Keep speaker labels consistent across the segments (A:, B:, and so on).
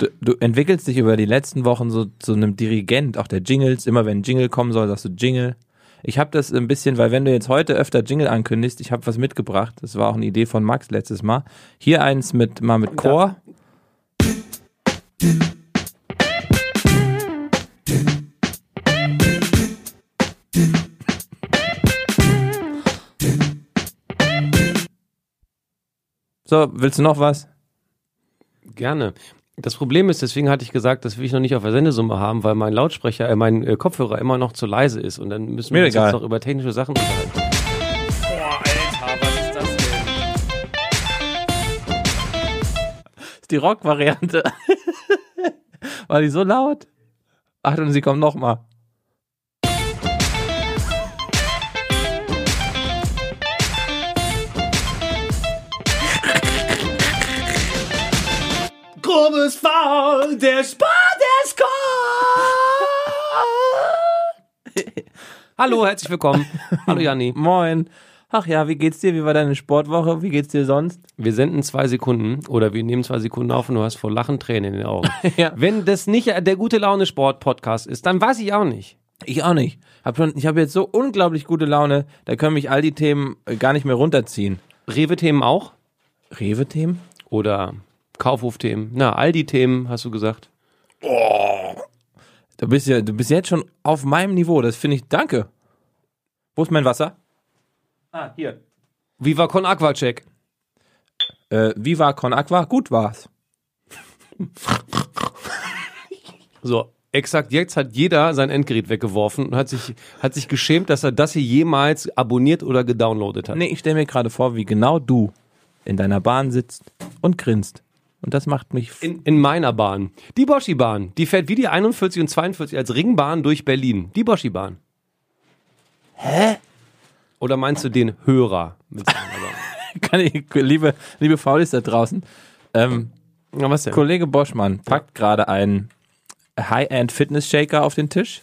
A: du, du entwickelst dich über die letzten Wochen so zu einem Dirigent, auch der Jingles. Immer wenn ein Jingle kommen soll, sagst du Jingle. Ich habe das ein bisschen, weil wenn du jetzt heute öfter Jingle ankündigst, ich habe was mitgebracht. Das war auch eine Idee von Max letztes Mal. Hier eins mit mal mit Chor. So, willst du noch was?
B: Gerne. Das Problem ist, deswegen hatte ich gesagt, das will ich noch nicht auf der Sendesumme haben, weil mein Lautsprecher, äh, mein äh, Kopfhörer immer noch zu leise ist und dann müssen wir
A: Mir
B: uns
A: egal.
B: jetzt noch über technische Sachen unterhalten.
C: Boah, Alter, was ist das denn?
A: Ist die Rock-Variante. War die so laut? Achtung, sie kommt nochmal.
C: Grobes Faul, der Sport ist Gott.
B: Hallo, herzlich willkommen. Hallo Janni.
A: Moin. Ach ja, wie geht's dir? Wie war deine Sportwoche? Wie geht's dir sonst?
B: Wir senden zwei Sekunden oder wir nehmen zwei Sekunden auf und du hast vor Lachen Tränen in den Augen.
A: Ja.
B: Wenn das nicht äh, der gute Laune Sport Podcast ist, dann weiß ich auch nicht.
A: Ich auch nicht. Hab schon, ich habe jetzt so unglaublich gute Laune, da können mich all die Themen äh, gar nicht mehr runterziehen.
B: Rewe-Themen auch
A: Rewe-Themen?
B: oder Kaufhof-Themen? Na, all die Themen hast du gesagt.
A: Du bist ja, du bist jetzt schon auf meinem Niveau, das finde ich danke. Wo ist mein Wasser?
B: Ah, hier. Viva Con Aqua Check.
A: Äh, wie war Con Aqua? Gut war's.
B: So, exakt jetzt hat jeder sein Endgerät weggeworfen und hat sich, hat sich geschämt, dass er das hier jemals abonniert oder gedownloadet hat.
A: Nee, ich stelle mir gerade vor, wie genau du in deiner Bahn sitzt und grinst. Und das macht mich. f-
B: In, in meiner Bahn. Die Boschi-Bahn. Die fährt wie die 41 und 42 als Ringbahn durch Berlin. Die Boschi-Bahn. Hä? Oder meinst du den Hörer? Mit seiner Bahn?
A: Kann ich, liebe, liebe Faulis da draußen. Ähm,
B: Na, was denn?
A: Kollege Boschmann packt gerade einen High-End Fitness Shaker auf den Tisch.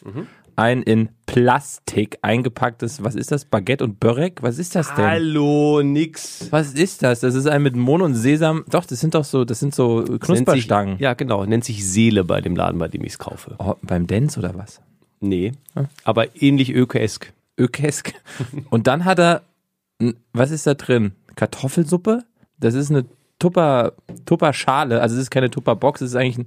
A: Ein in Plastik eingepacktes, was ist das? Baguette und Börek? Was ist das denn?
B: Hallo, nix.
A: Was ist das? Das ist ein mit Mohn und Sesam. Doch, das sind doch so, das sind so
B: Nennt sich,
A: Knusperstangen.
B: ja, genau. Nennt sich Seele bei dem Laden, bei dem ich es kaufe.
A: Oh, beim Dance oder was?
B: Nee. Aber ähnlich ökesk.
A: Ökesk. Und dann hat er, n- was ist da drin? Kartoffelsuppe? Das ist eine Tupper, Tupper-Schale. Also es ist keine Tupper-Box, es ist eigentlich ein,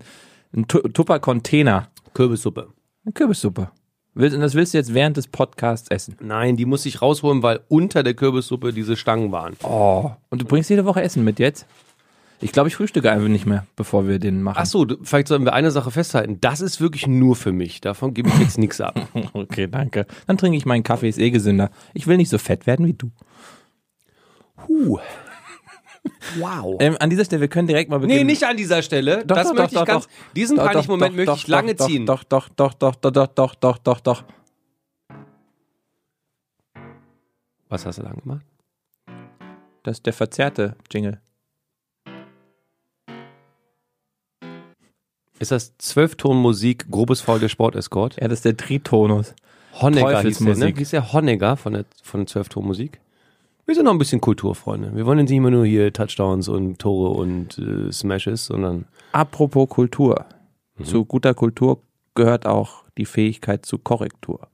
A: ein Tu- Tupper-Container.
B: Kürbissuppe.
A: Eine Kürbissuppe. Willst- Und das willst du jetzt während des Podcasts essen.
B: Nein, die muss ich rausholen, weil unter der Kürbissuppe diese Stangen waren.
A: Oh. Und du bringst jede Woche Essen mit jetzt? Ich glaube, ich frühstücke einfach nicht mehr, bevor wir den machen.
B: Ach so, du- vielleicht sollten wir eine Sache festhalten. Das ist wirklich nur für mich. Davon gebe ich jetzt nichts ab.
A: okay, danke. Dann trinke ich meinen Kaffee, ist eh gesünder. Ich will nicht so fett werden wie du.
B: Huh. Wow.
A: Ähm, an dieser Stelle, wir können direkt mal beginnen.
B: Äh, Nee, nicht an dieser Stelle. das möchte ich ganz. Diesen
A: Doch,
B: peinlichen
A: doch,
B: Moment
A: doch,
B: möchte
A: doch,
B: ich lange
A: doch,
B: ziehen.
A: Doch, doch, doch, doch, doch, doch, doch, doch, doch, doch.
B: Was hast du dann gemacht?
A: Das ist der verzerrte Jingle.
B: Ist das Zwölftonmusik, grobes Faul der Sportescort?
A: Ja, das ist der Tritonus.
B: Honegger hieß der, ne?
A: Äh, Teufelsmusik.
B: Hieß der Honegger von der, von der Zwölftonmusik? Wir sind noch ein bisschen Kulturfreunde. Wir wollen jetzt nicht immer nur hier Touchdowns und Tore und äh, Smashes, sondern
A: Apropos Kultur.
B: Mhm.
A: Zu guter Kultur gehört auch die Fähigkeit zu Korrektur.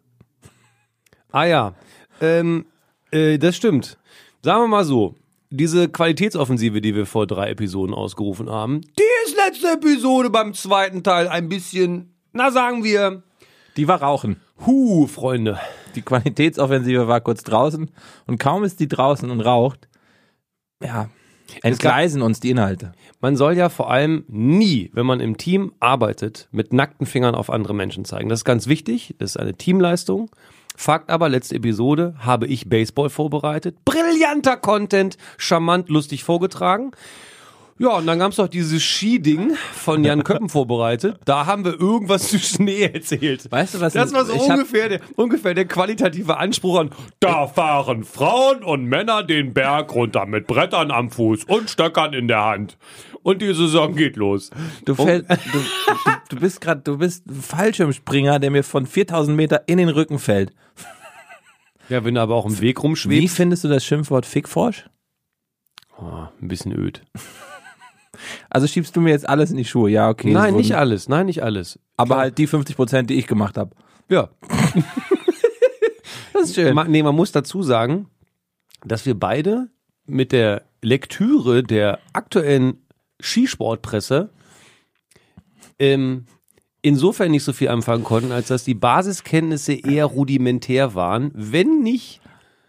B: Ah ja, ähm, äh, das stimmt. Sagen wir mal so, diese Qualitätsoffensive, die wir vor drei Episoden ausgerufen haben, die ist letzte Episode beim zweiten Teil ein bisschen, na sagen wir,
A: Die war Rauchen.
B: hu, Freunde.
A: Die Qualitätsoffensive war kurz draußen und kaum ist die draußen und raucht, ja, entgleisen uns die Inhalte.
B: Man soll ja vor allem nie, wenn man im Team arbeitet, mit nackten Fingern auf andere Menschen zeigen. Das ist ganz wichtig, das ist eine Teamleistung. Fakt aber, letzte Episode habe ich Baseball vorbereitet. Brillanter Content, charmant, lustig vorgetragen. Ja, und dann gab's noch dieses Skiding von Jan Köppen vorbereitet. Da haben wir irgendwas zu Schnee erzählt.
A: Weißt du, was
B: Das war so
A: ich hab-
B: ungefähr, der, ungefähr der qualitative Anspruch an, da fahren Frauen und Männer den Berg runter mit Brettern am Fuß und Stöckern in der Hand. Und die Saison geht los.
A: Du, fäll, du, du, du bist gerade, du bist ein Fallschirmspringer, der mir von 4000 Meter in den Rücken fällt.
B: Ja, wenn du aber auch im Weg
A: Wie
B: rumschwebst,
A: findest du das Schimpfwort Fickfrosch?
B: oh, ein bisschen öd.
A: Also schiebst du mir jetzt alles in die Schuhe, ja, okay.
B: Nein,
A: so
B: nicht
A: ein-
B: alles. Nein, nicht alles.
A: Aber halt die 50 Prozent, die ich gemacht habe.
B: Ja.
A: Das ist schön.
B: Ma- Nee, man muss dazu sagen, dass wir beide mit der Lektüre der aktuellen Skisportpresse ähm, insofern nicht so viel anfangen konnten, als dass die Basiskenntnisse eher rudimentär waren, wenn nicht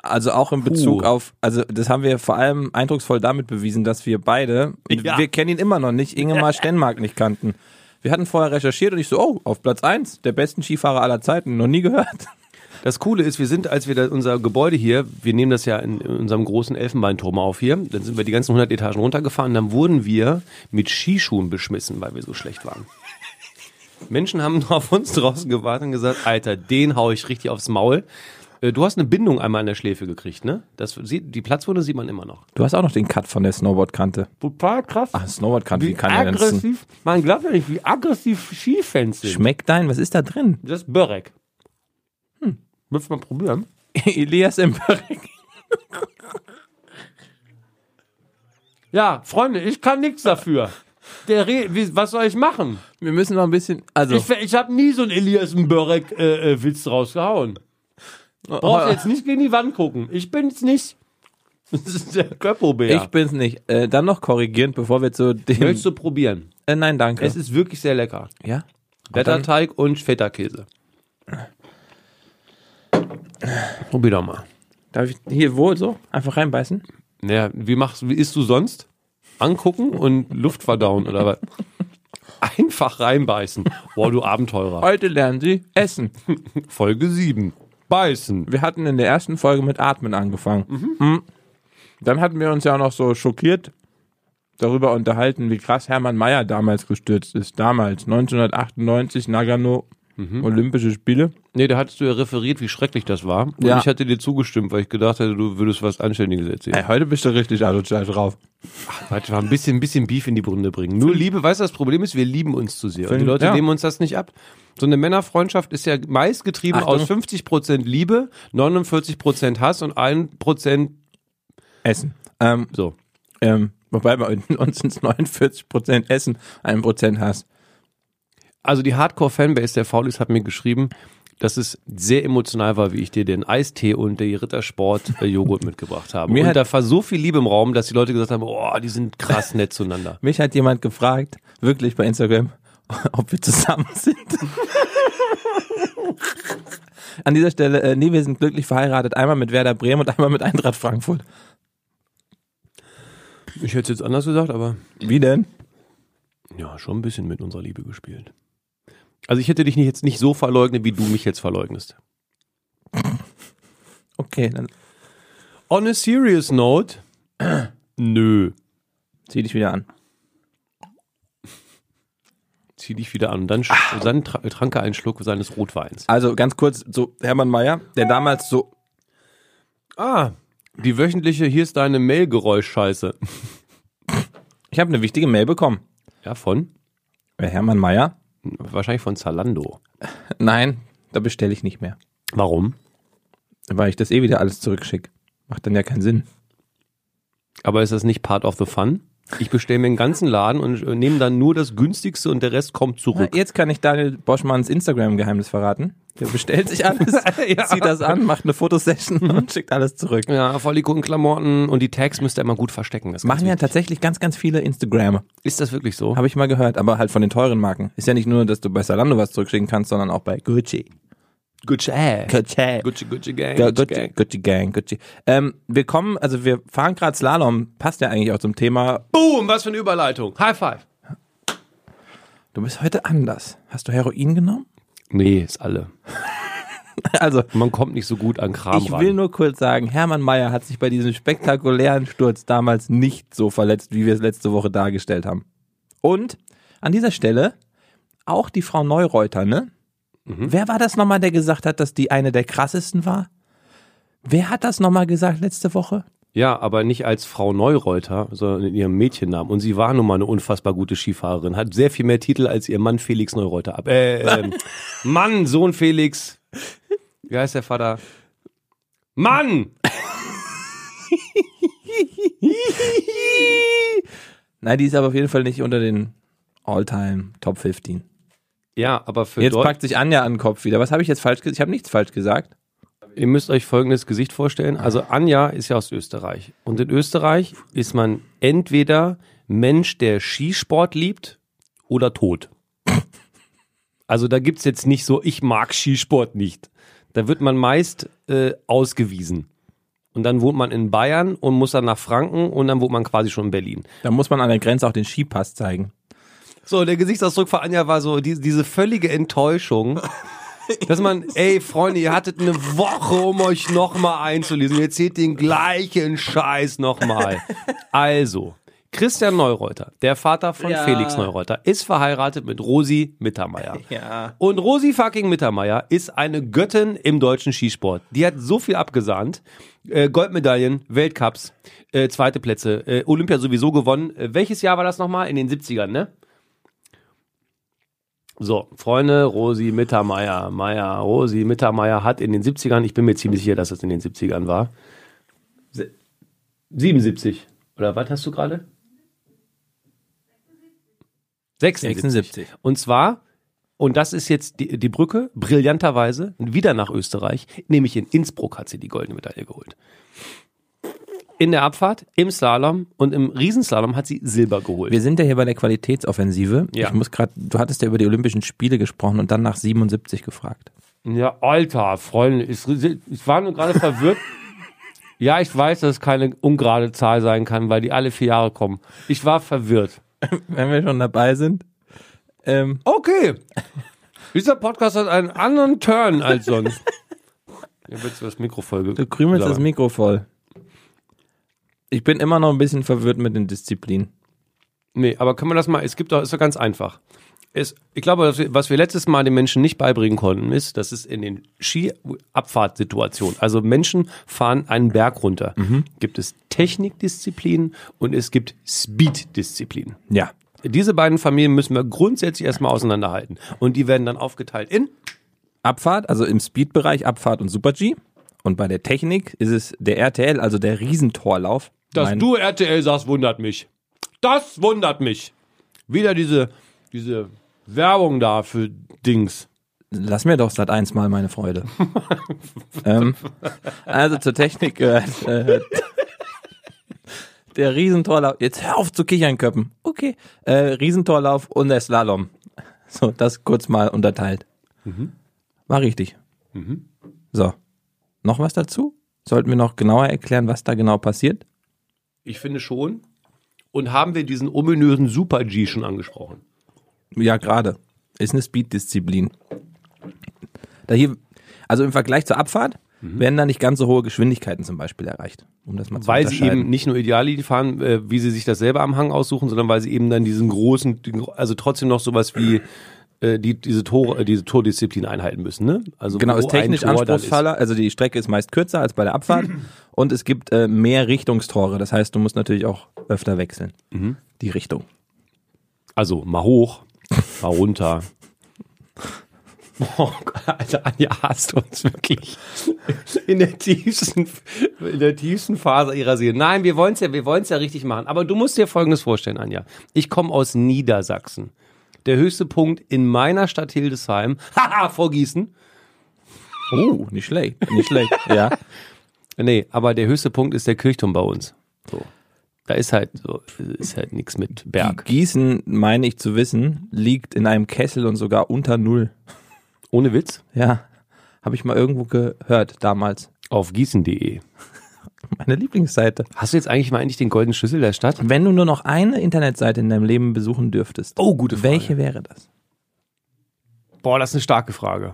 A: Also auch in Bezug
B: Puh.
A: auf, also das haben wir vor allem eindrucksvoll damit bewiesen, dass wir beide,
B: Ja.
A: wir kennen ihn immer noch nicht, Ingemar Stenmark nicht kannten. Wir hatten vorher recherchiert und ich so, oh, auf Platz 1, der besten Skifahrer aller Zeiten, noch nie gehört.
B: Das Coole ist, wir sind, als wir da, unser Gebäude hier, wir nehmen das ja in, in unserem großen Elfenbeinturm auf hier, dann sind wir die ganzen 100 Etagen runtergefahren, dann wurden wir mit Skischuhen beschmissen, weil wir so schlecht waren. Menschen haben auf uns draußen gewartet und gesagt, Alter, den hau ich richtig aufs Maul. Äh, Du hast eine Bindung einmal an der Schläfe gekriegt, ne? Das, sieht, die Platzwunde sieht man immer noch.
A: Du hast auch noch den Cut von der Snowboardkante.
B: Total krass.
A: Ach, Snowboardkante, wie kann er denn das?
B: man glaubt ja nicht, wie aggressiv Skifans sind.
A: Schmeckt dein, was ist da drin?
B: Das ist Börek. Hm. Willst du mal probieren?
A: Elias Emperek.
B: Ja, Freunde, ich kann nichts dafür. Der Re wie, was soll ich machen?
A: Wir müssen noch ein bisschen, also
B: Ich, ich habe nie so einen Elias Mbörek äh, äh, Witz rausgehauen. Brauchst jetzt nicht gegen die Wand gucken. Ich bin's nicht. Das ist der Köpobär.
A: ich bin's nicht. Äh, dann noch korrigierend, bevor wir zu dem...
B: Willst du probieren?
A: äh, nein, danke.
B: Es ist wirklich sehr lecker.
A: ja?
B: Blätterteig und Feta-Käse. Probier doch mal.
A: Darf ich hier wohl so einfach reinbeißen?
B: Ja, wie machst wie isst du sonst? Angucken und Luft verdauen oder was? Einfach reinbeißen. Boah, du Abenteurer.
A: Heute lernen Sie Essen.
B: Folge 7. Beißen.
A: Wir hatten in der ersten Folge mit Atmen angefangen. Mhm. Dann hatten wir uns ja auch noch so schockiert darüber unterhalten, wie krass Hermann Mayer damals gestürzt ist. Damals, 1998, Nagano, Olympische Spiele.
B: Nee, da hattest du ja referiert, wie schrecklich das war. Und
A: Ja.
B: ich hatte dir zugestimmt, weil ich gedacht hätte, du würdest was Anständiges erzählen.
A: Ey, heute bist du richtig asozial drauf.
B: Warte, mal ein bisschen, ein bisschen Beef in die Brunde bringen. Nur Liebe, weißt du, das Problem ist, wir lieben uns zu sehr. Und die
A: Find-
B: Leute
A: ja.
B: nehmen uns das nicht ab. So eine Männerfreundschaft ist ja meist getrieben
A: Achtung.
B: aus 50% Liebe, 49% Hass und 1%
A: Essen. Ähm,
B: so.
A: ähm, wobei bei uns sind es 49% Essen, 1% Hass.
B: Also die Hardcore-Fanbase der Faulis hat mir geschrieben, dass es sehr emotional war, wie ich dir den Eistee und die Rittersport-Joghurt mitgebracht habe.
A: Mir
B: und
A: hat-
B: da war so viel Liebe im Raum, dass die Leute gesagt haben, oh, die sind krass nett zueinander.
A: Mich hat jemand gefragt, wirklich bei Instagram, ob wir zusammen sind. An dieser Stelle, äh, nee, wir sind glücklich verheiratet. Einmal mit Werder Bremen und einmal mit Eintracht Frankfurt.
B: Ich hätte es jetzt anders gesagt, aber
A: Wie denn?
B: ja, schon ein bisschen mit unserer Liebe gespielt. Also ich hätte dich nicht, jetzt nicht so verleugnet, wie du mich jetzt verleugnest.
A: Okay, dann
B: On a serious note, nö,
A: zieh dich wieder an.
B: zieh dich wieder an. Dann, sch- dann tra tranke einen Schluck seines Rotweins.
A: Also ganz kurz so Hermann Mayer, der damals so,
B: Ah, die wöchentliche Hier ist deine Mail-Geräusch-Scheiße.
A: ich habe eine wichtige Mail bekommen.
B: Ja, von?
A: Äh, Hermann Mayer?
B: Wahrscheinlich von Zalando.
A: Nein, da bestelle ich nicht mehr,
B: Warum?
A: weil ich das eh wieder alles zurückschicke. Macht dann ja keinen Sinn.
B: Aber ist das nicht part of the fun? Ich bestelle mir den ganzen Laden und äh, nehme dann nur das günstigste und der Rest kommt
A: Na,
B: zurück.
A: Jetzt kann ich Daniel Boschmanns Instagram-Geheimnis verraten. Der bestellt sich alles,
B: Ja.
A: zieht das an, macht eine Fotosession und schickt alles zurück.
B: Ja, voll die guten Klamotten und die Tags müsst ihr immer gut verstecken. Das ist
A: Machen ja
B: ganz
A: tatsächlich ganz, ganz viele Instagramer.
B: wichtig. Ist das wirklich so?
A: Habe ich mal gehört, aber halt von den teuren Marken. Ist ja nicht nur, dass du bei Salando was zurückschicken kannst, sondern auch bei Gucci.
B: Gucci.
A: Gucci.
B: Gucci, Gucci Gang.
A: Gucci, Gucci,
B: Gucci Gang.
A: Gucci Gang, Gucci. Ähm, wir kommen, also wir fahren gerade Slalom, passt ja eigentlich auch zum Thema.
B: Boom, was für eine Überleitung. High five.
A: Du bist heute anders. Hast du Heroin genommen?
B: Nee, ist alle.
A: Also,
B: Man kommt nicht so gut an Kram
A: Ich
B: ran.
A: will nur kurz sagen, Hermann Mayer hat sich bei diesem spektakulären Sturz damals nicht so verletzt, wie wir es letzte Woche dargestellt haben. Und an dieser Stelle auch die Frau Neureuter, ne? Wer war das nochmal, der gesagt hat, dass die eine der krassesten war? Wer hat das nochmal gesagt letzte Woche?
B: Ja, aber nicht als Frau Neureuter, sondern in ihrem Mädchennamen. Und sie war nun mal eine unfassbar gute Skifahrerin, hat sehr viel mehr Titel als ihr Mann Felix Neureuter ab. Äh, ähm, Mann, Sohn Felix. Wie heißt der Vater? Mann!
A: Nein, die ist aber auf jeden Fall nicht unter den All-Time Top 15.
B: Ja, aber für
A: Jetzt
B: Deu-
A: packt sich Anja an den Kopf wieder. Was habe ich jetzt falsch gesagt? Ich habe nichts falsch gesagt.
B: Ihr müsst euch folgendes Gesicht vorstellen. Also Anja ist ja aus Österreich. Und in Österreich ist man entweder Mensch, der Skisport liebt oder tot. Also da gibt's jetzt nicht so, ich mag Skisport nicht. Da wird man meist äh, ausgewiesen. Und dann wohnt man in Bayern und muss dann nach Franken und dann wohnt man quasi schon in Berlin.
A: Da muss man an der Grenze auch den Skipass zeigen.
B: So, der Gesichtsausdruck von Anja war so die, diese völlige Enttäuschung, dass man, ey Freunde, ihr hattet eine Woche, um euch nochmal einzulesen. Ihr zählt den gleichen Scheiß nochmal. Also, Christian Neureuter, der Vater von
A: Ja.
B: Felix Neureuter, ist verheiratet mit Rosi Mittermeier.
A: Ja.
B: Und Rosi fucking Mittermeier ist eine Göttin im deutschen Skisport. Die hat so viel abgesahnt. Äh, Goldmedaillen, Weltcups, äh, zweite Plätze, äh, Olympia sowieso gewonnen. Äh, welches Jahr war das nochmal? In den 70ern, ne? So, Freunde, Rosi Mittermeier, Meier, Rosi Mittermeier hat in den 70ern, ich bin mir ziemlich sicher, dass das in den 70ern war. Se- 77. Oder was hast du gerade?
A: 76.
B: Und zwar, und das ist jetzt die, die Brücke, brillanterweise, wieder nach Österreich, nämlich in Innsbruck hat sie die goldene Medaille geholt. In der Abfahrt, im Slalom und im Riesenslalom hat sie Silber geholt.
A: Wir sind ja hier bei der Qualitätsoffensive.
B: Ja.
A: Ich muss gerade, du hattest ja über die Olympischen Spiele gesprochen und dann nach 77 gefragt.
B: Ja, Alter, Freunde, ich, ich war nur gerade verwirrt. Ja, ich weiß, dass es keine ungerade Zahl sein kann, weil die alle vier Jahre kommen. Ich war verwirrt.
A: Wenn wir schon dabei sind. Ähm,
B: Okay. Dieser Podcast hat einen anderen Turn als sonst. Hier wird das Mikro voll
A: du krümelst das Mikro voll. Ich bin immer noch ein bisschen verwirrt mit den Disziplinen.
B: Nee, aber können wir das mal, es gibt doch, ist doch ganz einfach. Es, ich glaube, was wir, was wir letztes Mal den Menschen nicht beibringen konnten, ist, dass es in den Skiabfahrtsituationen, also Menschen fahren einen Berg runter, gibt es Technikdisziplinen und es gibt Speeddisziplinen.
A: Ja.
B: Diese beiden Familien müssen wir grundsätzlich erstmal auseinanderhalten. Und die werden dann aufgeteilt in
A: Abfahrt, also im Speed-Bereich Abfahrt und Super-G. Und bei der Technik ist es der RTL, also der Riesentorlauf.
B: Dass
A: Mein-
B: du RTL sagst, wundert mich. Das wundert mich. Wieder diese, diese Werbung da für Dings.
A: Lass mir doch Sat 1 mal meine Freude. ähm, also zur Technik gehört äh, der Riesentorlauf. Jetzt hör auf zu kichern, Köppen. Okay. Äh, Riesentorlauf und der Slalom. So, das kurz mal unterteilt. War richtig. So. Noch was dazu? Sollten wir noch genauer erklären, was da genau passiert?
B: Ich finde schon. Und haben wir diesen ominösen Super G schon angesprochen?
A: Ja, gerade. Ist eine Speed-Disziplin. Da hier, also im Vergleich zur Abfahrt
B: Mhm.
A: werden da nicht ganz so hohe Geschwindigkeiten zum Beispiel erreicht. Um das mal zu
B: Weil sie
A: unterscheiden.
B: eben nicht nur Ideali fahren, äh, wie sie sich das selber am Hang aussuchen, sondern weil sie eben dann diesen großen, also trotzdem noch sowas wie äh, die, diese, Tor, äh, diese Tordisziplin einhalten müssen. Ne? Also
A: Genau,
B: wo
A: ist technisch
B: ein Tor dann ist.
A: anspruchsvoller. Also die Strecke ist meist kürzer als bei der Abfahrt und es gibt äh, mehr Richtungstore. Das heißt, du musst natürlich auch öfter wechseln.
B: Mhm.
A: Die Richtung.
B: Also mal hoch, mal runter. Oh Gott, Alter, Anja hasst uns wirklich. In der tiefsten, in der tiefsten Phase ihrer Seele. Nein, wir wollen es ja, wir wollen es ja richtig machen. Aber du musst dir Folgendes vorstellen, Anja. Ich komme aus Niedersachsen. Der höchste Punkt in meiner Stadt Hildesheim, haha, vor Gießen.
A: Oh, nicht schlecht, nicht schlecht. ja.
B: Nee, aber der höchste Punkt ist der Kirchturm bei uns. So. Da ist halt so, ist halt nichts mit Berg.
A: Gießen, meine ich zu wissen, liegt in einem Kessel und sogar unter Null.
B: Ohne Witz.
A: Ja, habe ich mal irgendwo gehört damals.
B: Auf gießen.de.
A: Meine Lieblingsseite.
B: Hast du jetzt eigentlich mal endlich den goldenen Schlüssel der Stadt?
A: Wenn du nur noch eine Internetseite in deinem Leben besuchen dürftest,
B: Oh, gute Frage.
A: welche wäre das?
B: Boah, das ist eine starke Frage.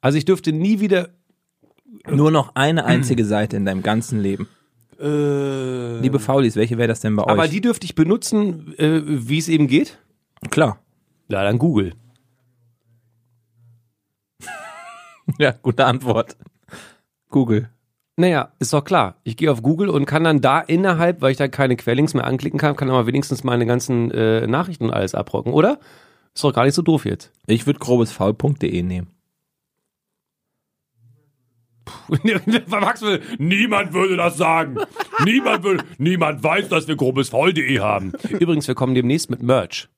B: Also ich dürfte nie wieder.
A: Nur noch eine einzige Seite in deinem ganzen Leben.
B: Äh,
A: Liebe Faulis, welche wäre das denn bei
B: aber
A: euch?
B: die dürfte ich benutzen, äh, wie es eben geht.
A: Klar.
B: Ja, dann Google.
A: Ja, gute Antwort. Google.
B: Naja, ist doch klar. Ich gehe auf Google und kann dann da innerhalb, weil ich da keine Querlinks mehr anklicken kann, kann aber wenigstens meine ganzen äh, Nachrichten und alles abrocken, oder? Ist doch gar nicht so doof jetzt.
A: Ich würde grobesfaul.de nehmen.
B: Max will, niemand würde das sagen. niemand will, niemand weiß, dass wir grobesvoll.de haben. Übrigens, wir kommen demnächst mit Merch.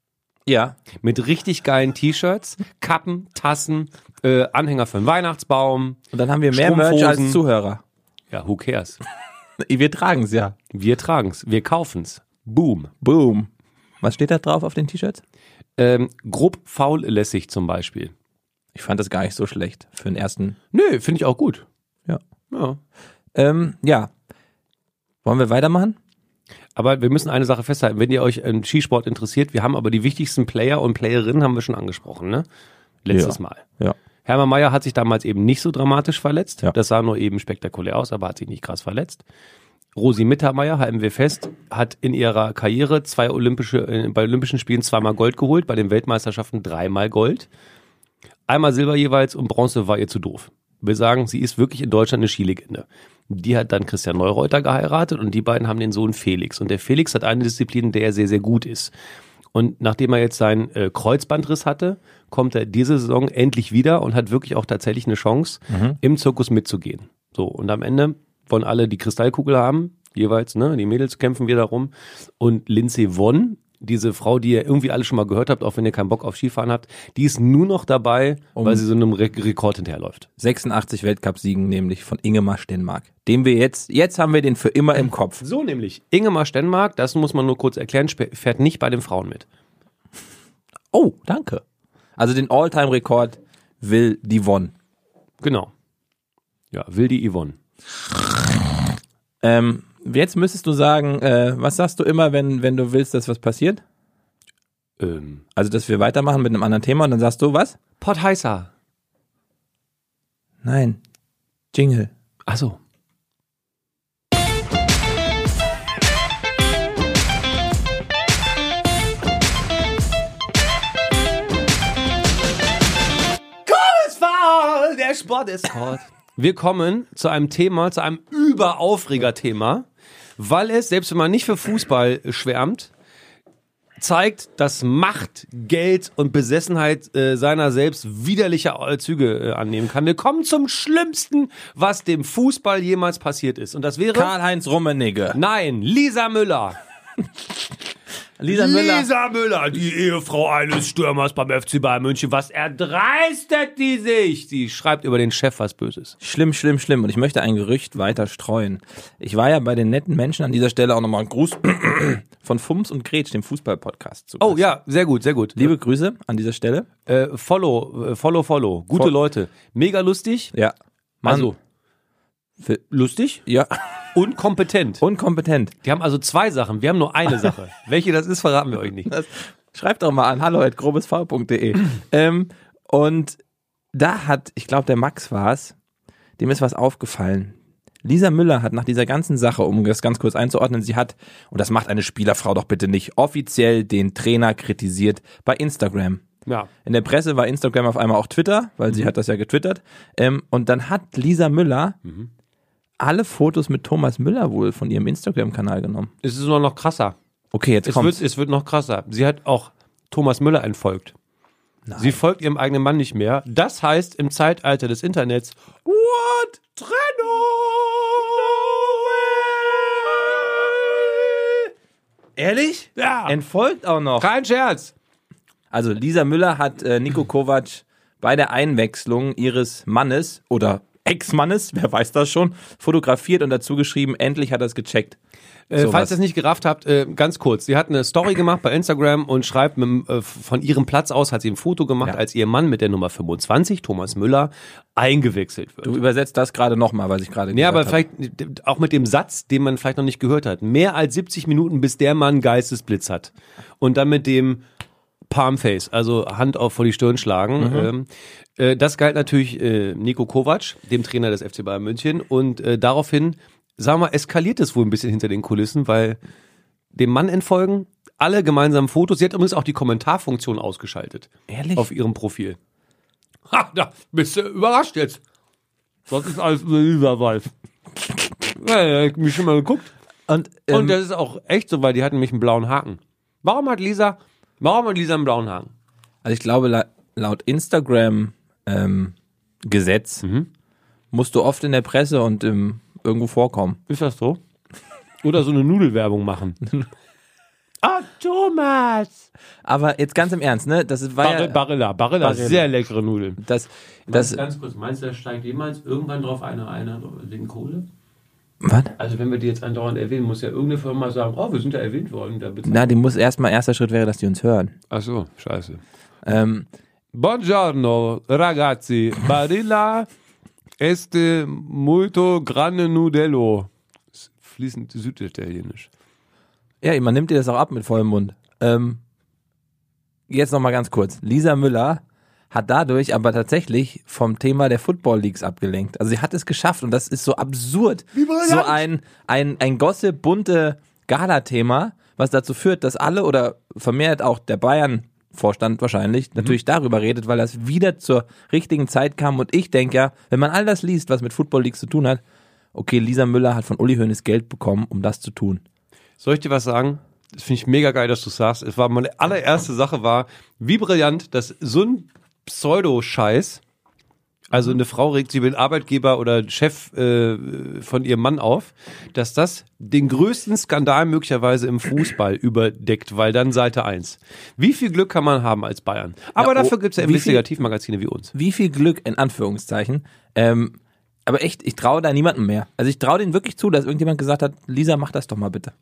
A: Ja.
B: Mit richtig geilen T-Shirts, Kappen, Tassen, äh, Anhänger für den Weihnachtsbaum.
A: Und dann haben wir mehr Merch
B: Strumpfhosen.
A: als Zuhörer.
B: Ja, who cares?
A: Wir tragen es ja.
B: Wir tragen's, wir kaufen's. Boom.
A: Boom. Was steht da drauf auf den T-Shirts?
B: Ähm, grob faul lässig zum Beispiel.
A: Ich fand das gar nicht so schlecht für den ersten.
B: Nö, finde ich auch gut.
A: Ja.
B: Ja.
A: Ähm, ja. Wollen wir weitermachen?
B: Aber wir müssen eine Sache festhalten, wenn ihr euch im Skisport interessiert, wir haben aber die wichtigsten Player und Playerinnen haben wir schon angesprochen, ne? Letztes
A: Ja.
B: Mal.
A: Ja.
B: Hermann Mayer hat sich damals eben nicht so dramatisch verletzt.
A: Ja.
B: Das sah nur eben spektakulär aus, aber hat sich nicht krass verletzt. Rosi Mittermeier, halten wir fest, hat in ihrer Karriere zwei olympische, äh, bei Olympischen Spielen zweimal Gold geholt, bei den Weltmeisterschaften dreimal Gold. Einmal Silber jeweils und Bronze war ihr zu doof. Wir sagen, sie ist wirklich in Deutschland eine Skilegende. Die hat dann Christian Neureuter geheiratet und die beiden haben den Sohn Felix. Und der Felix hat eine Disziplin, in der er sehr, sehr gut ist. Und nachdem er jetzt seinen äh, Kreuzbandriss hatte, kommt er diese Saison endlich wieder und hat wirklich auch tatsächlich eine Chance, im Zirkus mitzugehen. So, und am Ende wollen alle die Kristallkugel haben, jeweils, ne? Die Mädels kämpfen wieder darum. Und Lindsay Vonn, diese Frau, die ihr irgendwie alle schon mal gehört habt, auch wenn ihr keinen Bock auf Skifahren habt, die ist nur noch dabei, weil sie so einem Re Rekord hinterherläuft.
A: 86 Weltcup-Siegen nämlich von Ingemar Stenmark. Dem wir jetzt, jetzt haben wir den für immer im Kopf.
B: So nämlich, Ingemar Stenmark, das muss man nur kurz erklären, sp- fährt nicht bei den Frauen mit.
A: Oh, danke. Also den All-Time-Rekord will die Won.
B: Genau. Ja, will die Yvonne.
A: Ähm, jetzt müsstest du sagen, äh, was sagst du immer, wenn, wenn du willst, dass was passiert?
B: Ähm,
A: Also, dass wir weitermachen mit einem anderen Thema und dann sagst du was?
B: Port heißer.
A: Nein. Jingle.
B: Ach so.
C: Fall, der Sport ist.
B: Wir kommen zu einem Thema, zu einem Überaufreger-Thema, weil es, selbst wenn man nicht für Fußball schwärmt, zeigt, dass Macht, Geld und Besessenheit äh, seiner selbst widerliche äh, Züge äh, annehmen kann. Wir kommen zum Schlimmsten, was dem Fußball jemals passiert ist. Und das wäre...
A: Karl-Heinz Rummenigge.
B: Nein, Lisa Müller.
A: Lisa Müller.
B: Lisa Müller, die Ehefrau eines Stürmers beim FC Bayern München. Was erdreistet die sich? Sie schreibt über den Chef was Böses.
A: Schlimm, schlimm, schlimm. Und ich möchte ein Gerücht weiter streuen. Ich war ja bei den netten Menschen an dieser Stelle auch nochmal ein Gruß von Fums und Gretsch, dem Fußball-Podcast. zu
B: Oh
A: Gast.
B: ja, sehr gut, sehr gut.
A: Liebe Grüße an dieser Stelle.
B: Äh, follow, äh, follow, follow. Gute
A: Fo-
B: Leute. Mega lustig.
A: Ja. Mann,
B: Also,
A: für-
B: lustig
A: Ja.
B: und kompetent.
A: Unkompetent.
B: Die haben also zwei Sachen. Wir haben nur eine Sache. Welche das ist, verraten wir euch nicht.
A: Das, schreibt doch mal an hallo.grobesv.de. ähm, und da hat, ich glaube, der Max war es, dem ist was aufgefallen. Lisa Müller hat nach dieser ganzen Sache, um das ganz kurz einzuordnen, sie hat, und das macht eine Spielerfrau doch bitte nicht, offiziell den Trainer kritisiert bei Instagram.
B: Ja.
A: In der Presse war Instagram auf einmal auch Twitter, weil sie hat das ja getwittert. Ähm, und dann hat Lisa Müller alle Fotos mit Thomas Müller wohl von ihrem Instagram-Kanal genommen.
B: Es ist nur noch krasser.
A: Okay, jetzt
B: Es
A: kommt.
B: wird, es wird noch krasser. Sie hat auch Thomas Müller entfolgt. Sie folgt ihrem eigenen Mann nicht mehr. Das heißt, im Zeitalter des Internets, what? Trennung!
A: Ehrlich?
B: Ja,
A: Entfolgt auch noch.
B: kein Scherz.
A: Also Lisa Müller hat äh, Nico Kovac bei der Einwechslung ihres Mannes oder Ex-Mannes, wer weiß das schon, fotografiert und dazu geschrieben, endlich hat er es gecheckt.
B: Äh,
A: Sowas.
B: falls ihr es nicht gerafft habt, äh, ganz kurz. Sie hat eine Story gemacht bei Instagram und schreibt, mit, dem, äh, von ihrem Platz aus hat sie ein Foto gemacht,
A: Ja.
B: als ihr Mann mit der Nummer 25, Thomas Müller, eingewechselt wird.
A: Du übersetzt das gerade nochmal, was ich gerade gesagt
B: Ja,
A: habe.
B: aber vielleicht auch mit dem Satz, den man vielleicht noch nicht gehört hat. Mehr als 70 Minuten, bis der Mann Geistesblitz hat. Und dann mit dem Palmface, also Hand auf vor die Stirn schlagen. Ähm, äh, das galt natürlich äh, Nico Kovac, dem Trainer des FC Bayern München. Und äh, daraufhin, sagen wir mal, eskaliert es wohl ein bisschen hinter den Kulissen, weil dem Mann entfolgen, alle gemeinsamen Fotos. Sie hat übrigens auch die Kommentarfunktion ausgeschaltet.
A: Ehrlich?
B: Auf ihrem Profil. Ha, da bist du überrascht jetzt. Das ist alles nur Lisa weiß. Ja, ja, ich hab mich schon mal geguckt.
A: Und, ähm,
B: Und das ist auch echt so, weil die hatten nämlich einen blauen Haken. Warum hat Lisa, warum hat Lisa einen blauen Haken?
A: also ich glaube, la laut Instagram ähm, Gesetz Musst du oft in der Presse und im, irgendwo vorkommen.
B: Ist das so? Oder so eine Nudelwerbung machen. ah, Thomas!
A: Aber jetzt ganz im Ernst, ne? Das war
B: Bar
A: ja,
B: Barilla, Ah, Barilla,
A: Barilla.
B: sehr leckere Nudeln.
A: das, das,
D: ganz kurz, meinst du, da steigt jemals irgendwann drauf einer einer wegen Kohle?
A: was?
D: Also wenn wir die jetzt andauernd erwähnen, muss ja irgendeine Firma sagen, oh, wir sind ja erwähnt worden. Da bezahlen-
A: Na, die muss erstmal, erster Schritt wäre, dass die uns hören.
B: Ach so, scheiße.
A: Ähm,
B: Buongiorno, ragazzi. Barilla este molto grande nudello. Das ist Fließend süditalienisch.
A: ja, man nimmt dir das auch ab mit vollem Mund. Ähm, jetzt nochmal ganz kurz. Lisa Müller hat dadurch aber tatsächlich vom Thema der Football Leagues abgelenkt. Also sie hat es geschafft und das ist so absurd. So ein, ein, ein gossip bunte Gala-Thema, was dazu führt, dass alle oder vermehrt auch der Bayern Vorstand wahrscheinlich natürlich darüber redet, weil das wieder zur richtigen Zeit kam und ich denke ja, wenn man all das liest, was mit Football Leagues zu tun hat, okay, Lisa Müller hat von Uli Hoeneß Geld bekommen, um das zu tun.
B: Soll ich dir was sagen? Das finde ich mega geil, dass du sagst. Es war meine allererste Sache war, wie brillant, dass so ein Pseudo-Scheiß, also eine Frau regt sich über den Arbeitgeber oder Chef äh, von ihrem Mann auf, dass das den größten Skandal möglicherweise im Fußball überdeckt, weil dann Seite 1. Wie viel Glück kann man haben als Bayern? Aber
A: Ja, oh,
B: dafür gibt es ja
A: wie viel-
B: Investigativmagazine wie uns.
A: Wie viel Glück in Anführungszeichen. Ähm, aber echt, ich traue da niemandem mehr. Also ich traue denen wirklich zu, dass irgendjemand gesagt hat, Lisa, mach das doch mal bitte.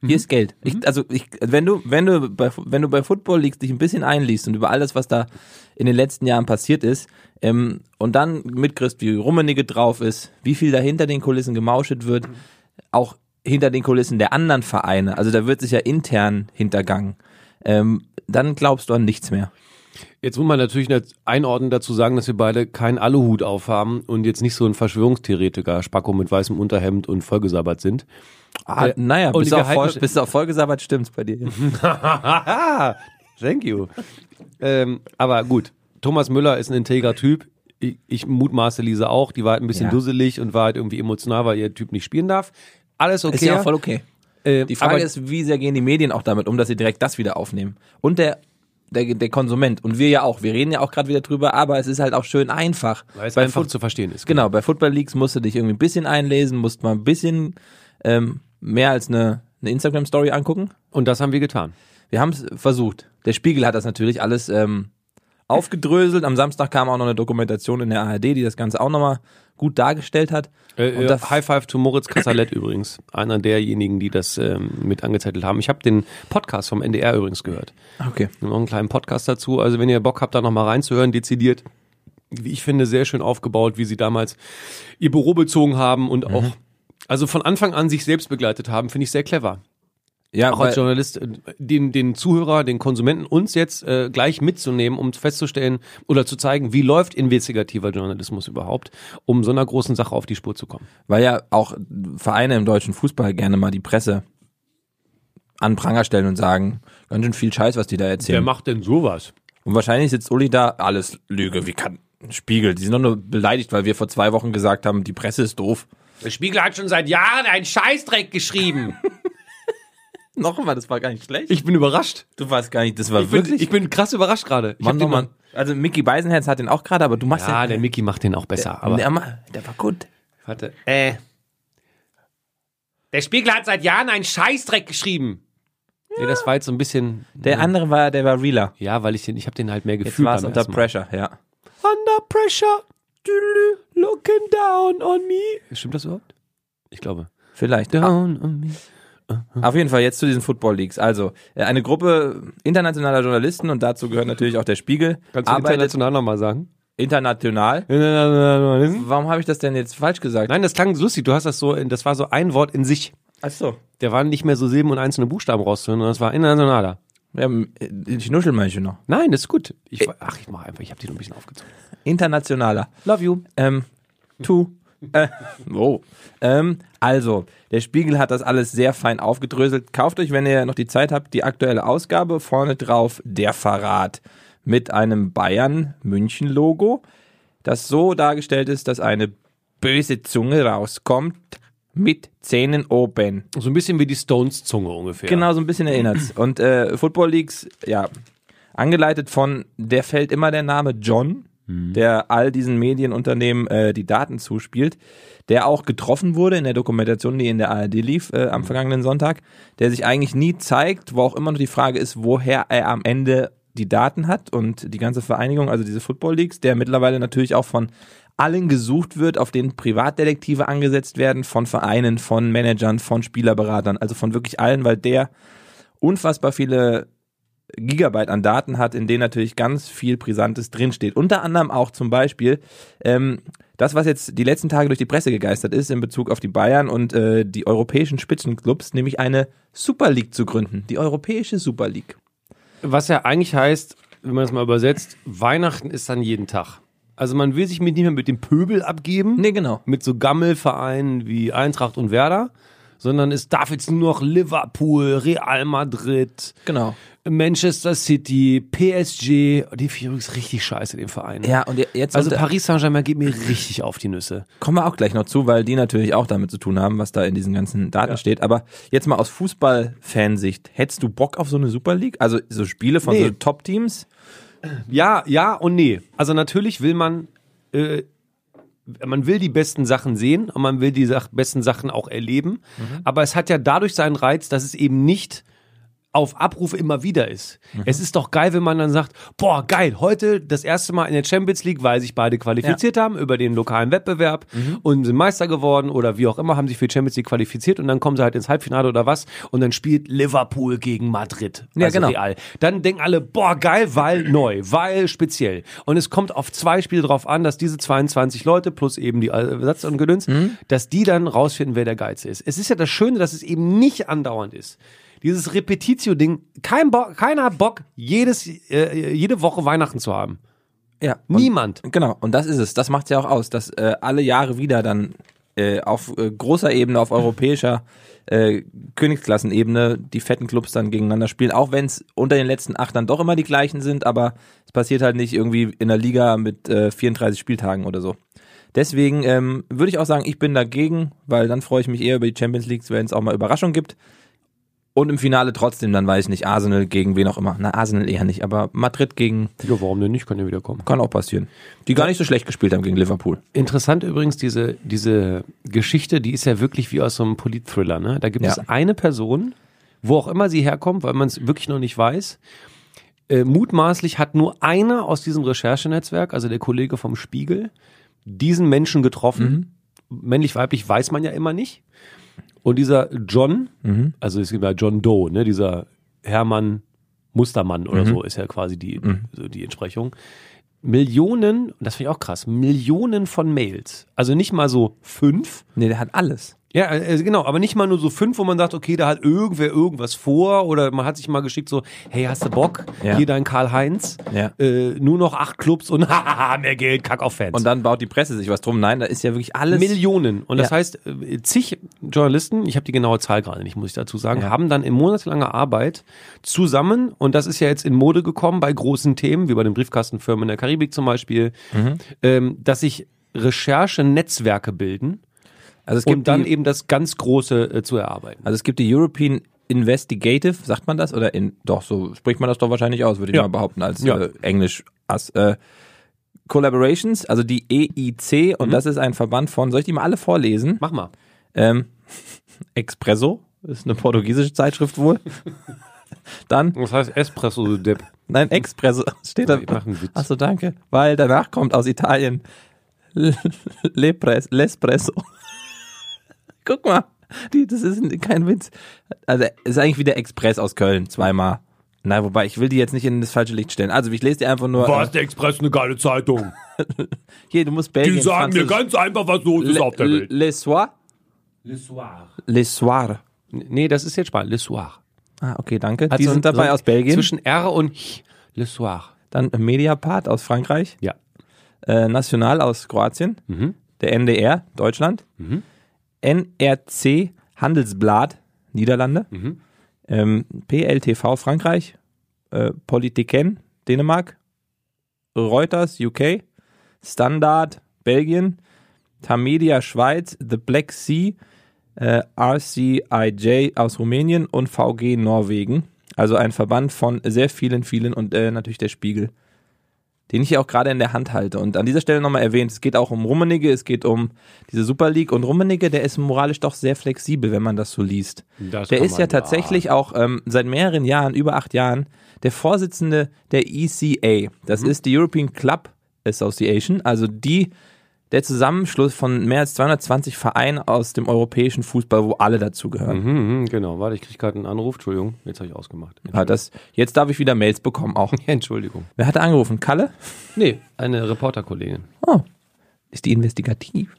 A: Hier ist Geld. Ich, also ich, wenn du, wenn du bei, wenn du bei Football liegst, dich ein bisschen einliest und über alles, was da in den letzten Jahren passiert ist, ähm, und dann mitkriegst, wie Rummenigge drauf ist, wie viel da hinter den Kulissen gemauschelt wird, auch hinter den Kulissen der anderen Vereine. Also da wird sich ja intern hintergangen. Ähm, dann glaubst du an nichts mehr.
B: Jetzt muss man natürlich nicht einordnen dazu sagen, dass wir beide keinen Aluhut aufhaben und jetzt nicht so ein Verschwörungstheoretiker, Spacko mit weißem Unterhemd und vollgesabbert sind.
A: Ah,
B: Äh,
A: naja,
B: und
A: bis
B: die
A: auf,
B: Gehalt-
A: Voll, bis auf Vollgesabbert stimmt's bei dir.
B: Haha, thank you. ähm, aber gut, Thomas Müller ist ein integrer Typ. Ich, ich mutmaße Lisa auch. Die war halt ein bisschen
A: Ja.
B: dusselig und war halt irgendwie emotional, weil ihr Typ nicht spielen darf. Alles okay.
A: Ist ja auch voll okay.
B: Ähm,
A: Die Frage
B: aber
A: ist, wie sehr gehen die Medien auch damit um, dass sie direkt das wieder aufnehmen? Und der, der, der Konsument und wir ja auch. Wir reden ja auch gerade wieder drüber, aber es ist halt auch schön einfach.
B: Weil es
A: Bei
B: einfach
A: Fut-
B: zu verstehen ist.
A: genau, bei Football Leagues musst du dich irgendwie ein bisschen einlesen, musst mal ein bisschen ähm, mehr als eine, eine Instagram-Story angucken.
B: Und das haben wir getan.
A: Wir haben es versucht. Der Spiegel hat das natürlich alles ähm, aufgedröselt. Am Samstag kam auch noch eine Dokumentation in der ARD, die das Ganze auch nochmal gut dargestellt hat.
B: Äh,
A: Und
B: äh,
A: das-
B: High Five to Moritz Kassalet übrigens. Einer derjenigen, die das ähm, mit angezettelt haben. Ich habe den Podcast vom NDR übrigens gehört.
A: Okay.
B: Wir haben noch einen kleinen Podcast dazu. Also wenn ihr Bock habt, da nochmal reinzuhören, dezidiert, wie ich finde, sehr schön aufgebaut, wie sie damals ihr Büro bezogen haben und auch, also von Anfang an sich selbst begleitet haben, finde ich sehr clever.
A: Ja,
B: Auch
A: weil-
B: als Journalist, äh, den, den Zuhörer, den Konsumenten uns jetzt äh, gleich mitzunehmen, um festzustellen oder zu zeigen, wie läuft investigativer Journalismus überhaupt, um so einer großen Sache auf die Spur zu kommen.
A: Weil ja auch Vereine im deutschen Fußball gerne mal die Presse an Pranger stellen und sagen, ganz schön viel Scheiß, was die da erzählen.
B: macht denn sowas?
A: Und wahrscheinlich sitzt Uli da, alles Lüge, wie kann Spiegel, die sind doch nur beleidigt, weil wir vor zwei Wochen gesagt haben, die Presse ist doof.
B: Der Spiegel hat schon seit Jahren einen Scheißdreck geschrieben.
A: Noch einmal, das war gar nicht schlecht.
B: Ich bin überrascht.
A: du warst gar nicht, das war
B: Ich bin,
A: wirklich.
B: ich bin krass überrascht gerade. Ich
A: Mann,
B: hab den
A: Mann, Mann. Also Mickey Beisenherz hat den auch gerade, aber du machst ja.
B: Ja, der Mickey macht den auch besser. Aber
A: der, Ma- der war gut.
B: warte. Äh. Der Spiegel hat seit Jahren einen Scheißdreck geschrieben. Nee, das war jetzt so ein bisschen.
A: Der andere war, der war realer.
B: ja, weil ich den, ich habe den halt mehr
A: Jetzt
B: gefühlt.
A: war es
B: beim
A: unter
B: ersten Mal.
A: Pressure, ja.
B: Under pressure. Tüdelü, Looking down on me. Stimmt das überhaupt? Ich glaube.
A: Vielleicht.
B: Down on me.
A: Auf jeden Fall jetzt zu diesen Football Leagues. Also äh, eine Gruppe internationaler Journalisten und dazu gehört natürlich auch der Spiegel.
B: Kannst du
A: arbeitet
B: international nochmal sagen?
A: international.
B: Nein,
A: Warum habe ich das denn jetzt falsch gesagt?
B: das klang lustig. Du hast das so, das war so ein Wort in sich.
A: Ach so.
B: Der waren nicht mehr so Silben und einzelne Buchstaben rauszuhören, sondern es war internationaler.
A: Ja, m- ich nuschel mal hier noch.
B: Nein, das ist gut. Ich, ach, ich mach einfach, ich habe die noch ein bisschen aufgezogen.
A: Internationaler.
B: Love you.
A: Ähm, tu. Äh, wow. Ähm, also, der Spiegel hat das alles sehr fein aufgedröselt. Kauft euch, wenn ihr noch die Zeit habt, die aktuelle Ausgabe. Vorne drauf der Verrat mit einem Bayern-München-Logo, das so dargestellt ist, dass eine böse Zunge rauskommt mit Zähnen oben.
B: So ein bisschen wie die Stones-Zunge ungefähr.
A: Genau, so ein bisschen erinnert's. Und äh, Football Leagues, ja, angeleitet von, der fällt immer der Name John, der all diesen Medienunternehmen äh, die Daten zuspielt, der auch getroffen wurde in der Dokumentation, die in der ARD lief äh, am vergangenen Sonntag, der sich eigentlich nie zeigt, wo auch immer nur die Frage ist, woher er am Ende die Daten hat und die ganze Vereinigung, also diese Football Leagues, der mittlerweile natürlich auch von allen gesucht wird, auf denen Privatdetektive angesetzt werden, von Vereinen, von Managern, von Spielerberatern, also von wirklich allen, weil der unfassbar viele Gigabyte an Daten hat, in denen natürlich ganz viel Brisantes drinsteht. Unter anderem auch zum Beispiel ähm, das, was jetzt die letzten Tage durch die Presse gegeistert ist in Bezug auf die Bayern und äh, die europäischen Spitzenclubs, nämlich eine Super League zu gründen, die Europäische Super League.
B: Was ja eigentlich heißt, wenn man das mal übersetzt, Weihnachten ist dann jeden Tag. Also man will sich mit niemandem mit dem Pöbel abgeben.
A: Nee, genau.
B: mit so Gammelvereinen wie Eintracht und Werder, sondern es darf jetzt nur noch Liverpool, Real Madrid,
A: Genau.
B: Manchester City, PSG. Die finde ich übrigens richtig scheiße, den Verein.
A: Ja, und äh, jetzt
B: Also
A: unter-
B: Paris Saint-Germain geht mir richtig auf die Nüsse.
A: Kommen wir auch gleich noch zu, weil die natürlich auch damit zu tun haben, was da in diesen ganzen Daten steht. Aber jetzt mal aus Fußballfansicht, hättest du Bock auf so eine Super League? Also so Spiele von
B: Nee.
A: so Top-Teams?
B: Ja, ja und nee. Also natürlich will man, äh, man will die besten Sachen sehen und man will die Sach besten Sachen auch erleben.
A: Mhm.
B: Aber es hat ja dadurch seinen Reiz, dass es eben nicht auf Abruf immer wieder ist.
A: Mhm.
B: Es ist doch geil, wenn man dann sagt, boah, geil, heute das erste Mal in der Champions League, weil sich beide qualifiziert haben über den lokalen Wettbewerb
A: Mhm.
B: und sind Meister geworden oder wie auch immer, haben sich für die Champions League qualifiziert und dann kommen sie halt ins Halbfinale oder was und dann spielt Liverpool gegen Madrid.
A: Ja,
B: also
A: genau.
B: Real. Dann denken alle, boah, geil, weil neu, weil speziell. Und es kommt auf zwei Spiele drauf an, dass diese 22 Leute plus eben die Ersatz und Gedöns, dass die dann rausfinden, wer der Geilste ist. Es ist ja das Schöne, dass es eben nicht andauernd ist dieses Repetitio-Ding, kein Bo keiner hat Bock, jedes, äh, jede Woche Weihnachten zu haben.
A: Ja. Und-
B: Niemand.
A: Genau, und das ist es. Das macht es ja auch aus, dass äh, alle Jahre wieder dann äh, auf äh, großer Ebene, auf europäischer äh, Königsklassenebene die fetten Clubs dann gegeneinander spielen. Auch wenn es unter den letzten acht dann doch immer die gleichen sind, aber es passiert halt nicht irgendwie in der Liga mit äh, 34 Spieltagen oder so. Deswegen ähm, würde ich auch sagen, ich bin dagegen, weil dann freue ich mich eher über die Champions League, wenn es auch mal Überraschungen gibt. Und im Finale trotzdem, dann weiß ich nicht, Arsenal gegen wen auch immer. Na, Arsenal eher nicht, aber Madrid gegen
B: Ja, warum denn nicht? Kann ja wiederkommen.
A: kann auch passieren. Die gar nicht so schlecht gespielt haben gegen Liverpool.
B: Interessant übrigens, diese, diese Geschichte, die ist ja wirklich wie aus so einem Politthriller. Ne? Da gibt
A: Ja.
B: es eine Person, wo auch immer sie herkommt, weil man es wirklich noch nicht weiß. Äh, mutmaßlich hat nur einer aus diesem Recherchenetzwerk, also der Kollege vom Spiegel, diesen Menschen getroffen. Männlich, weiblich weiß man ja immer nicht. Und dieser John, also es gibt ja John Doe, ne, dieser Hermann Mustermann oder so ist ja quasi die, so die Entsprechung. Millionen, und das finde ich auch krass, Millionen von Mails. Also nicht mal so fünf.
A: Nee, der hat alles.
B: Ja, also genau, aber nicht mal nur so fünf, wo man sagt, okay, da hat irgendwer irgendwas vor oder man hat sich mal geschickt so, hey, hast du Bock?
A: Ja.
B: Hier dein Karl-Heinz.
A: Ja.
B: Äh, nur noch acht Clubs und hahaha, mehr Geld, kack auf Fans.
A: Und dann baut die Presse sich was drum. Nein, da ist ja wirklich alles.
B: Millionen. Und das
A: Ja.
B: heißt, äh, zig Journalisten, ich habe die genaue Zahl gerade nicht, muss ich dazu sagen, haben dann in monatelanger Arbeit zusammen, und das ist ja jetzt in Mode gekommen bei großen Themen, wie bei den Briefkastenfirmen in der Karibik zum Beispiel, ähm, dass sich Recherchenetzwerke bilden
A: also es gibt
B: und dann
A: die,
B: eben das ganz Große äh, zu erarbeiten.
A: also es gibt die European Investigative, sagt man das? Oder in, doch, so spricht man das doch wahrscheinlich aus, würde ich
B: Ja.
A: mal behaupten, als
B: Ja.
A: äh, Englisch. As, äh, Collaborations, also die EIC, und das ist ein Verband von, soll ich die mal alle vorlesen?
B: Mach mal.
A: Ähm, Expresso, ist eine portugiesische Zeitschrift wohl. dann
B: Das heißt Espresso, du Depp.
A: Nein, Expresso steht da.
B: Ich mach einen Witz.
A: Achso, danke. Weil danach kommt aus Italien Le- Lepres, L'espresso. Guck mal, die, das ist ein- kein Witz. Also ist eigentlich wieder Express aus Köln, zweimal. Na, wobei, ich will die jetzt nicht in das falsche Licht stellen. Also ich lese dir einfach nur.
C: Was, der Express, eine geile Zeitung.
A: Hier, du musst Belgien.
C: Die sagen mir
A: Französisch-
C: ganz einfach, was los ist auf der
A: Le,
C: Welt.
A: Le Soir?
D: Le Soir.
A: Le Soir.
B: Nee, das ist jetzt Spanisch. Le Soir.
A: Ah, okay, danke. die
B: Also
A: sind dabei
B: so
A: aus Belgien.
B: Zwischen R und H. Le Soir.
A: Dann Mediapart aus Frankreich.
B: Ja.
A: äh, National aus Kroatien, der NDR Deutschland, NRC Handelsblatt Niederlande, ähm, PLTV Frankreich, äh, Politiken Dänemark, Reuters UK, Standard Belgien, Tamedia Schweiz, The Black Sea, äh, RCIJ aus Rumänien und VG Norwegen. Also ein Verband von sehr vielen, vielen und äh, natürlich der Spiegel den ich hier auch gerade in der Hand halte. Und an dieser Stelle nochmal erwähnt, es geht auch um Rummenigge, es geht um diese Super League. Und Rummenigge, der ist moralisch doch sehr flexibel, wenn man das so liest.
B: Das
A: der
B: kann
A: ist
B: man
A: ja tatsächlich auch ähm, seit mehreren Jahren, über acht Jahren, der Vorsitzende der ECA. Das
B: Mhm.
A: ist die European Club Association, also die der Zusammenschluss von mehr als 220 Vereinen aus dem europäischen Fußball, wo alle dazugehören.
B: Mhm, mhm, genau, warte, ich kriege gerade einen Anruf. Entschuldigung, jetzt habe ich ausgemacht.
A: Ja, das, jetzt darf ich wieder Mails bekommen auch.
B: Entschuldigung.
A: Wer hat angerufen? Kalle?
B: Nee, eine Reporterkollegin.
A: Oh, ist die investigativ?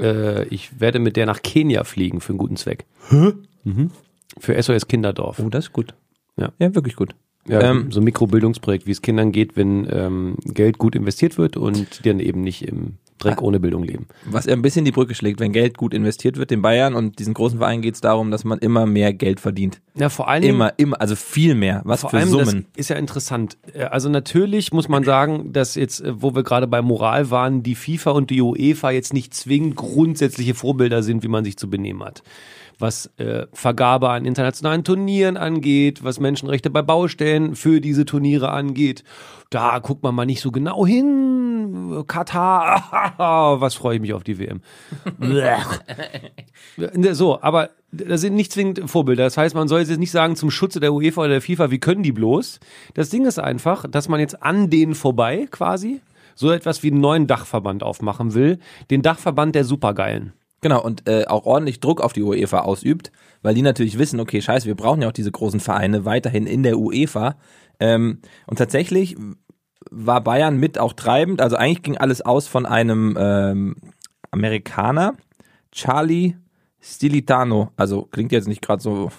B: Äh, ich werde mit der nach Kenia fliegen für einen guten Zweck. Hä? Mhm. Für SOS Kinderdorf.
A: Oh, das ist gut.
B: Ja.
A: ja wirklich gut.
B: Ja,
A: Ähm,
B: so ein Mikrobildungsprojekt, wie es Kindern geht, wenn ähm, Geld gut investiert wird und die dann eben nicht im Dreck ohne Bildung leben.
A: Was er ein bisschen die Brücke schlägt, wenn Geld gut investiert wird in Bayern und diesen großen Vereinen geht es darum, dass man immer mehr Geld verdient.
B: Ja, vor allen Dingen,
A: Immer, immer, also viel mehr. Was
B: Mhm. vor
A: für
B: allem
A: Summen.
B: das ist ja interessant. Äh, Also natürlich muss man sagen, dass jetzt, äh, wo wir gerade bei Moral waren, die FIFA und die UEFA jetzt nicht zwingend grundsätzliche Vorbilder sind, wie man sich zu benehmen hat. Was äh, Vergabe an internationalen Turnieren angeht, was Menschenrechte bei Baustellen für diese Turniere angeht, da guckt man mal nicht so genau hin. Katar, was freue ich mich auf die WM. Blech. Ne, So, aber das sind nicht zwingend Vorbilder. Das heißt, man soll jetzt nicht sagen, zum Schutze der UEFA oder der FIFA, wie können die bloß? Das Ding ist einfach, dass man jetzt an denen vorbei quasi so etwas wie einen neuen Dachverband aufmachen will. Den Dachverband der Supergeilen.
A: Genau, und äh, auch ordentlich Druck auf die UEFA ausübt, weil die natürlich wissen, okay, scheiße, wir brauchen ja auch diese großen Vereine weiterhin in der UEFA. Ähm, und tatsächlich war Bayern mit auch treibend. Also eigentlich ging alles aus von einem ähm, Amerikaner, Charlie Stilitano. Also klingt jetzt nicht gerade so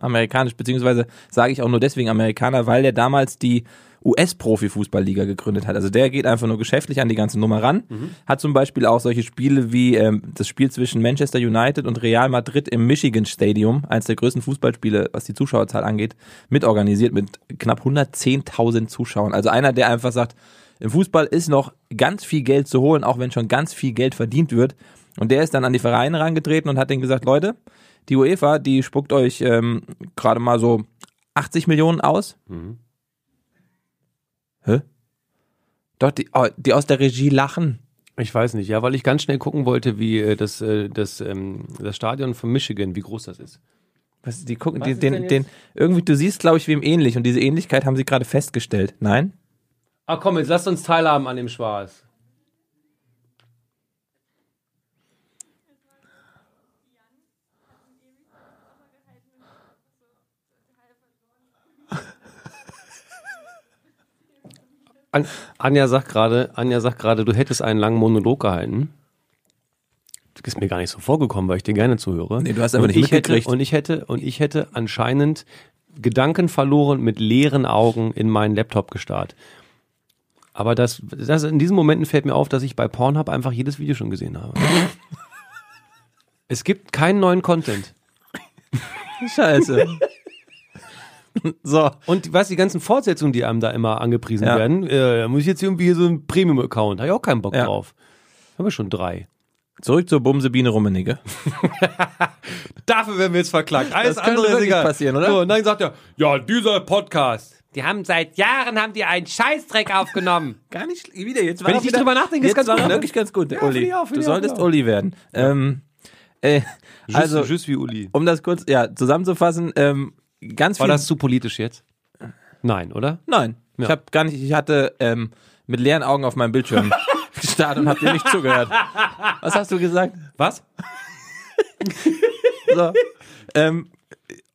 A: amerikanisch, beziehungsweise sage ich auch nur deswegen Amerikaner, weil der damals die US-Profi-Fußballliga gegründet hat. Also der geht einfach nur geschäftlich an die ganze Nummer ran. Hat zum Beispiel auch solche Spiele wie ähm, das Spiel zwischen Manchester United und Real Madrid im Michigan Stadium, eines der größten Fußballspiele, was die Zuschauerzahl angeht, mitorganisiert mit knapp 110.000 Zuschauern. Also einer, der einfach sagt, im Fußball ist noch ganz viel Geld zu holen, auch wenn schon ganz viel Geld verdient wird. Und der ist dann an die Vereine herangetreten und hat denen gesagt, Leute, die UEFA, die spuckt euch ähm, gerade mal so 80 Millionen aus. Hä? Doch, die, oh, die aus der Regie lachen.
B: Ich weiß nicht, ja, weil ich ganz schnell gucken wollte, wie äh, das, äh, das, ähm, das Stadion von Michigan, wie groß das ist.
A: Was, die gucken, die,
D: ist denn
A: den,
D: jetzt?
A: den, irgendwie, du siehst, glaube ich, wem ähnlich. Und diese Ähnlichkeit haben sie gerade festgestellt. Nein?
B: Ach Ah, komm, jetzt lasst uns teilhaben an dem Spaß. An Anja sagt gerade, Anja sagt gerade, du hättest einen langen Monolog gehalten. Das ist mir gar nicht so vorgekommen, weil ich dir gerne zuhöre.
A: Nee, du hast einfach
B: und
A: nicht
B: ich hätte,
A: mitgekriegt.
B: Und ich hätte, und ich hätte anscheinend Gedanken verloren mit leeren Augen in meinen Laptop gestarrt. Aber das, das in diesen Momenten fällt mir auf, dass ich bei Pornhub einfach jedes Video schon gesehen habe. es gibt keinen neuen Content.
A: Scheiße. so.
B: Und was die ganzen Fortsetzungen, die einem da immer angepriesen
A: Ja.
B: werden, äh, da muss ich jetzt irgendwie hier so einen Premium-Account, habe ich auch keinen Bock
A: Ja.
B: drauf. Haben wir schon drei.
A: Zurück zur Bumsebiene Rummenigge.
B: Dafür werden wir jetzt verklagt. Alles
A: Das könnte
B: andere ist
A: wirklich
B: egal.
A: passieren, oder?
B: So, und dann sagt er, ja, dieser Podcast. Die haben seit Jahren haben die einen Scheißdreck aufgenommen.
A: Gar nicht schl- wieder. Jetzt war
B: Wenn
A: er
B: ich nicht
A: wieder-
B: drüber nachdenke, ist
A: jetzt
B: ganz
A: war
B: gut,
A: er
B: ne?
A: wirklich ganz gut,
B: Ja,
A: Uli.
B: finde ich auch, finde
A: du
B: ich auch,
A: solltest
B: genau.
A: Uli werden. Ähm, äh, also,
B: also, tschüss wie Uli.
A: um das kurz ja, zusammenzufassen, ähm, ganz
B: War
A: viel.
B: das zu politisch jetzt? Nein, oder?
A: Nein, ich
B: Ja.
A: habe gar nicht. Ich hatte ähm, mit leeren Augen auf meinem Bildschirm gestarrt und habe dir nicht zugehört. Was hast du gesagt?
B: Was?
A: So. Ähm,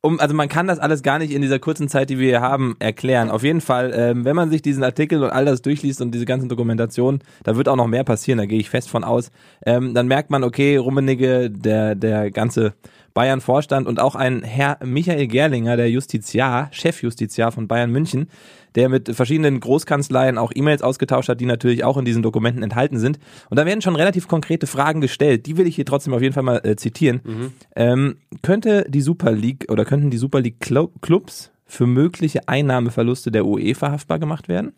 A: um, also man kann das alles gar nicht in dieser kurzen Zeit, die wir hier haben, erklären. Auf jeden Fall, ähm, wenn man sich diesen Artikel und all das durchliest und diese ganzen Dokumentationen, da wird auch noch mehr passieren, da gehe ich fest von aus. Ähm, dann merkt man, okay, Rummenigge, der, der ganze Bayern-Vorstand und auch ein Herr Michael Gerlinger, der Justiziar, Chefjustiziar von Bayern München, der mit verschiedenen Großkanzleien auch E-Mails ausgetauscht hat, die natürlich auch in diesen Dokumenten enthalten sind. Und da werden schon relativ konkrete Fragen gestellt. Die will ich hier trotzdem auf jeden Fall mal äh, zitieren. Ähm, könnte die Super League oder könnten die Super League Clu- Clubs für mögliche Einnahmeverluste der UEFA haftbar gemacht werden?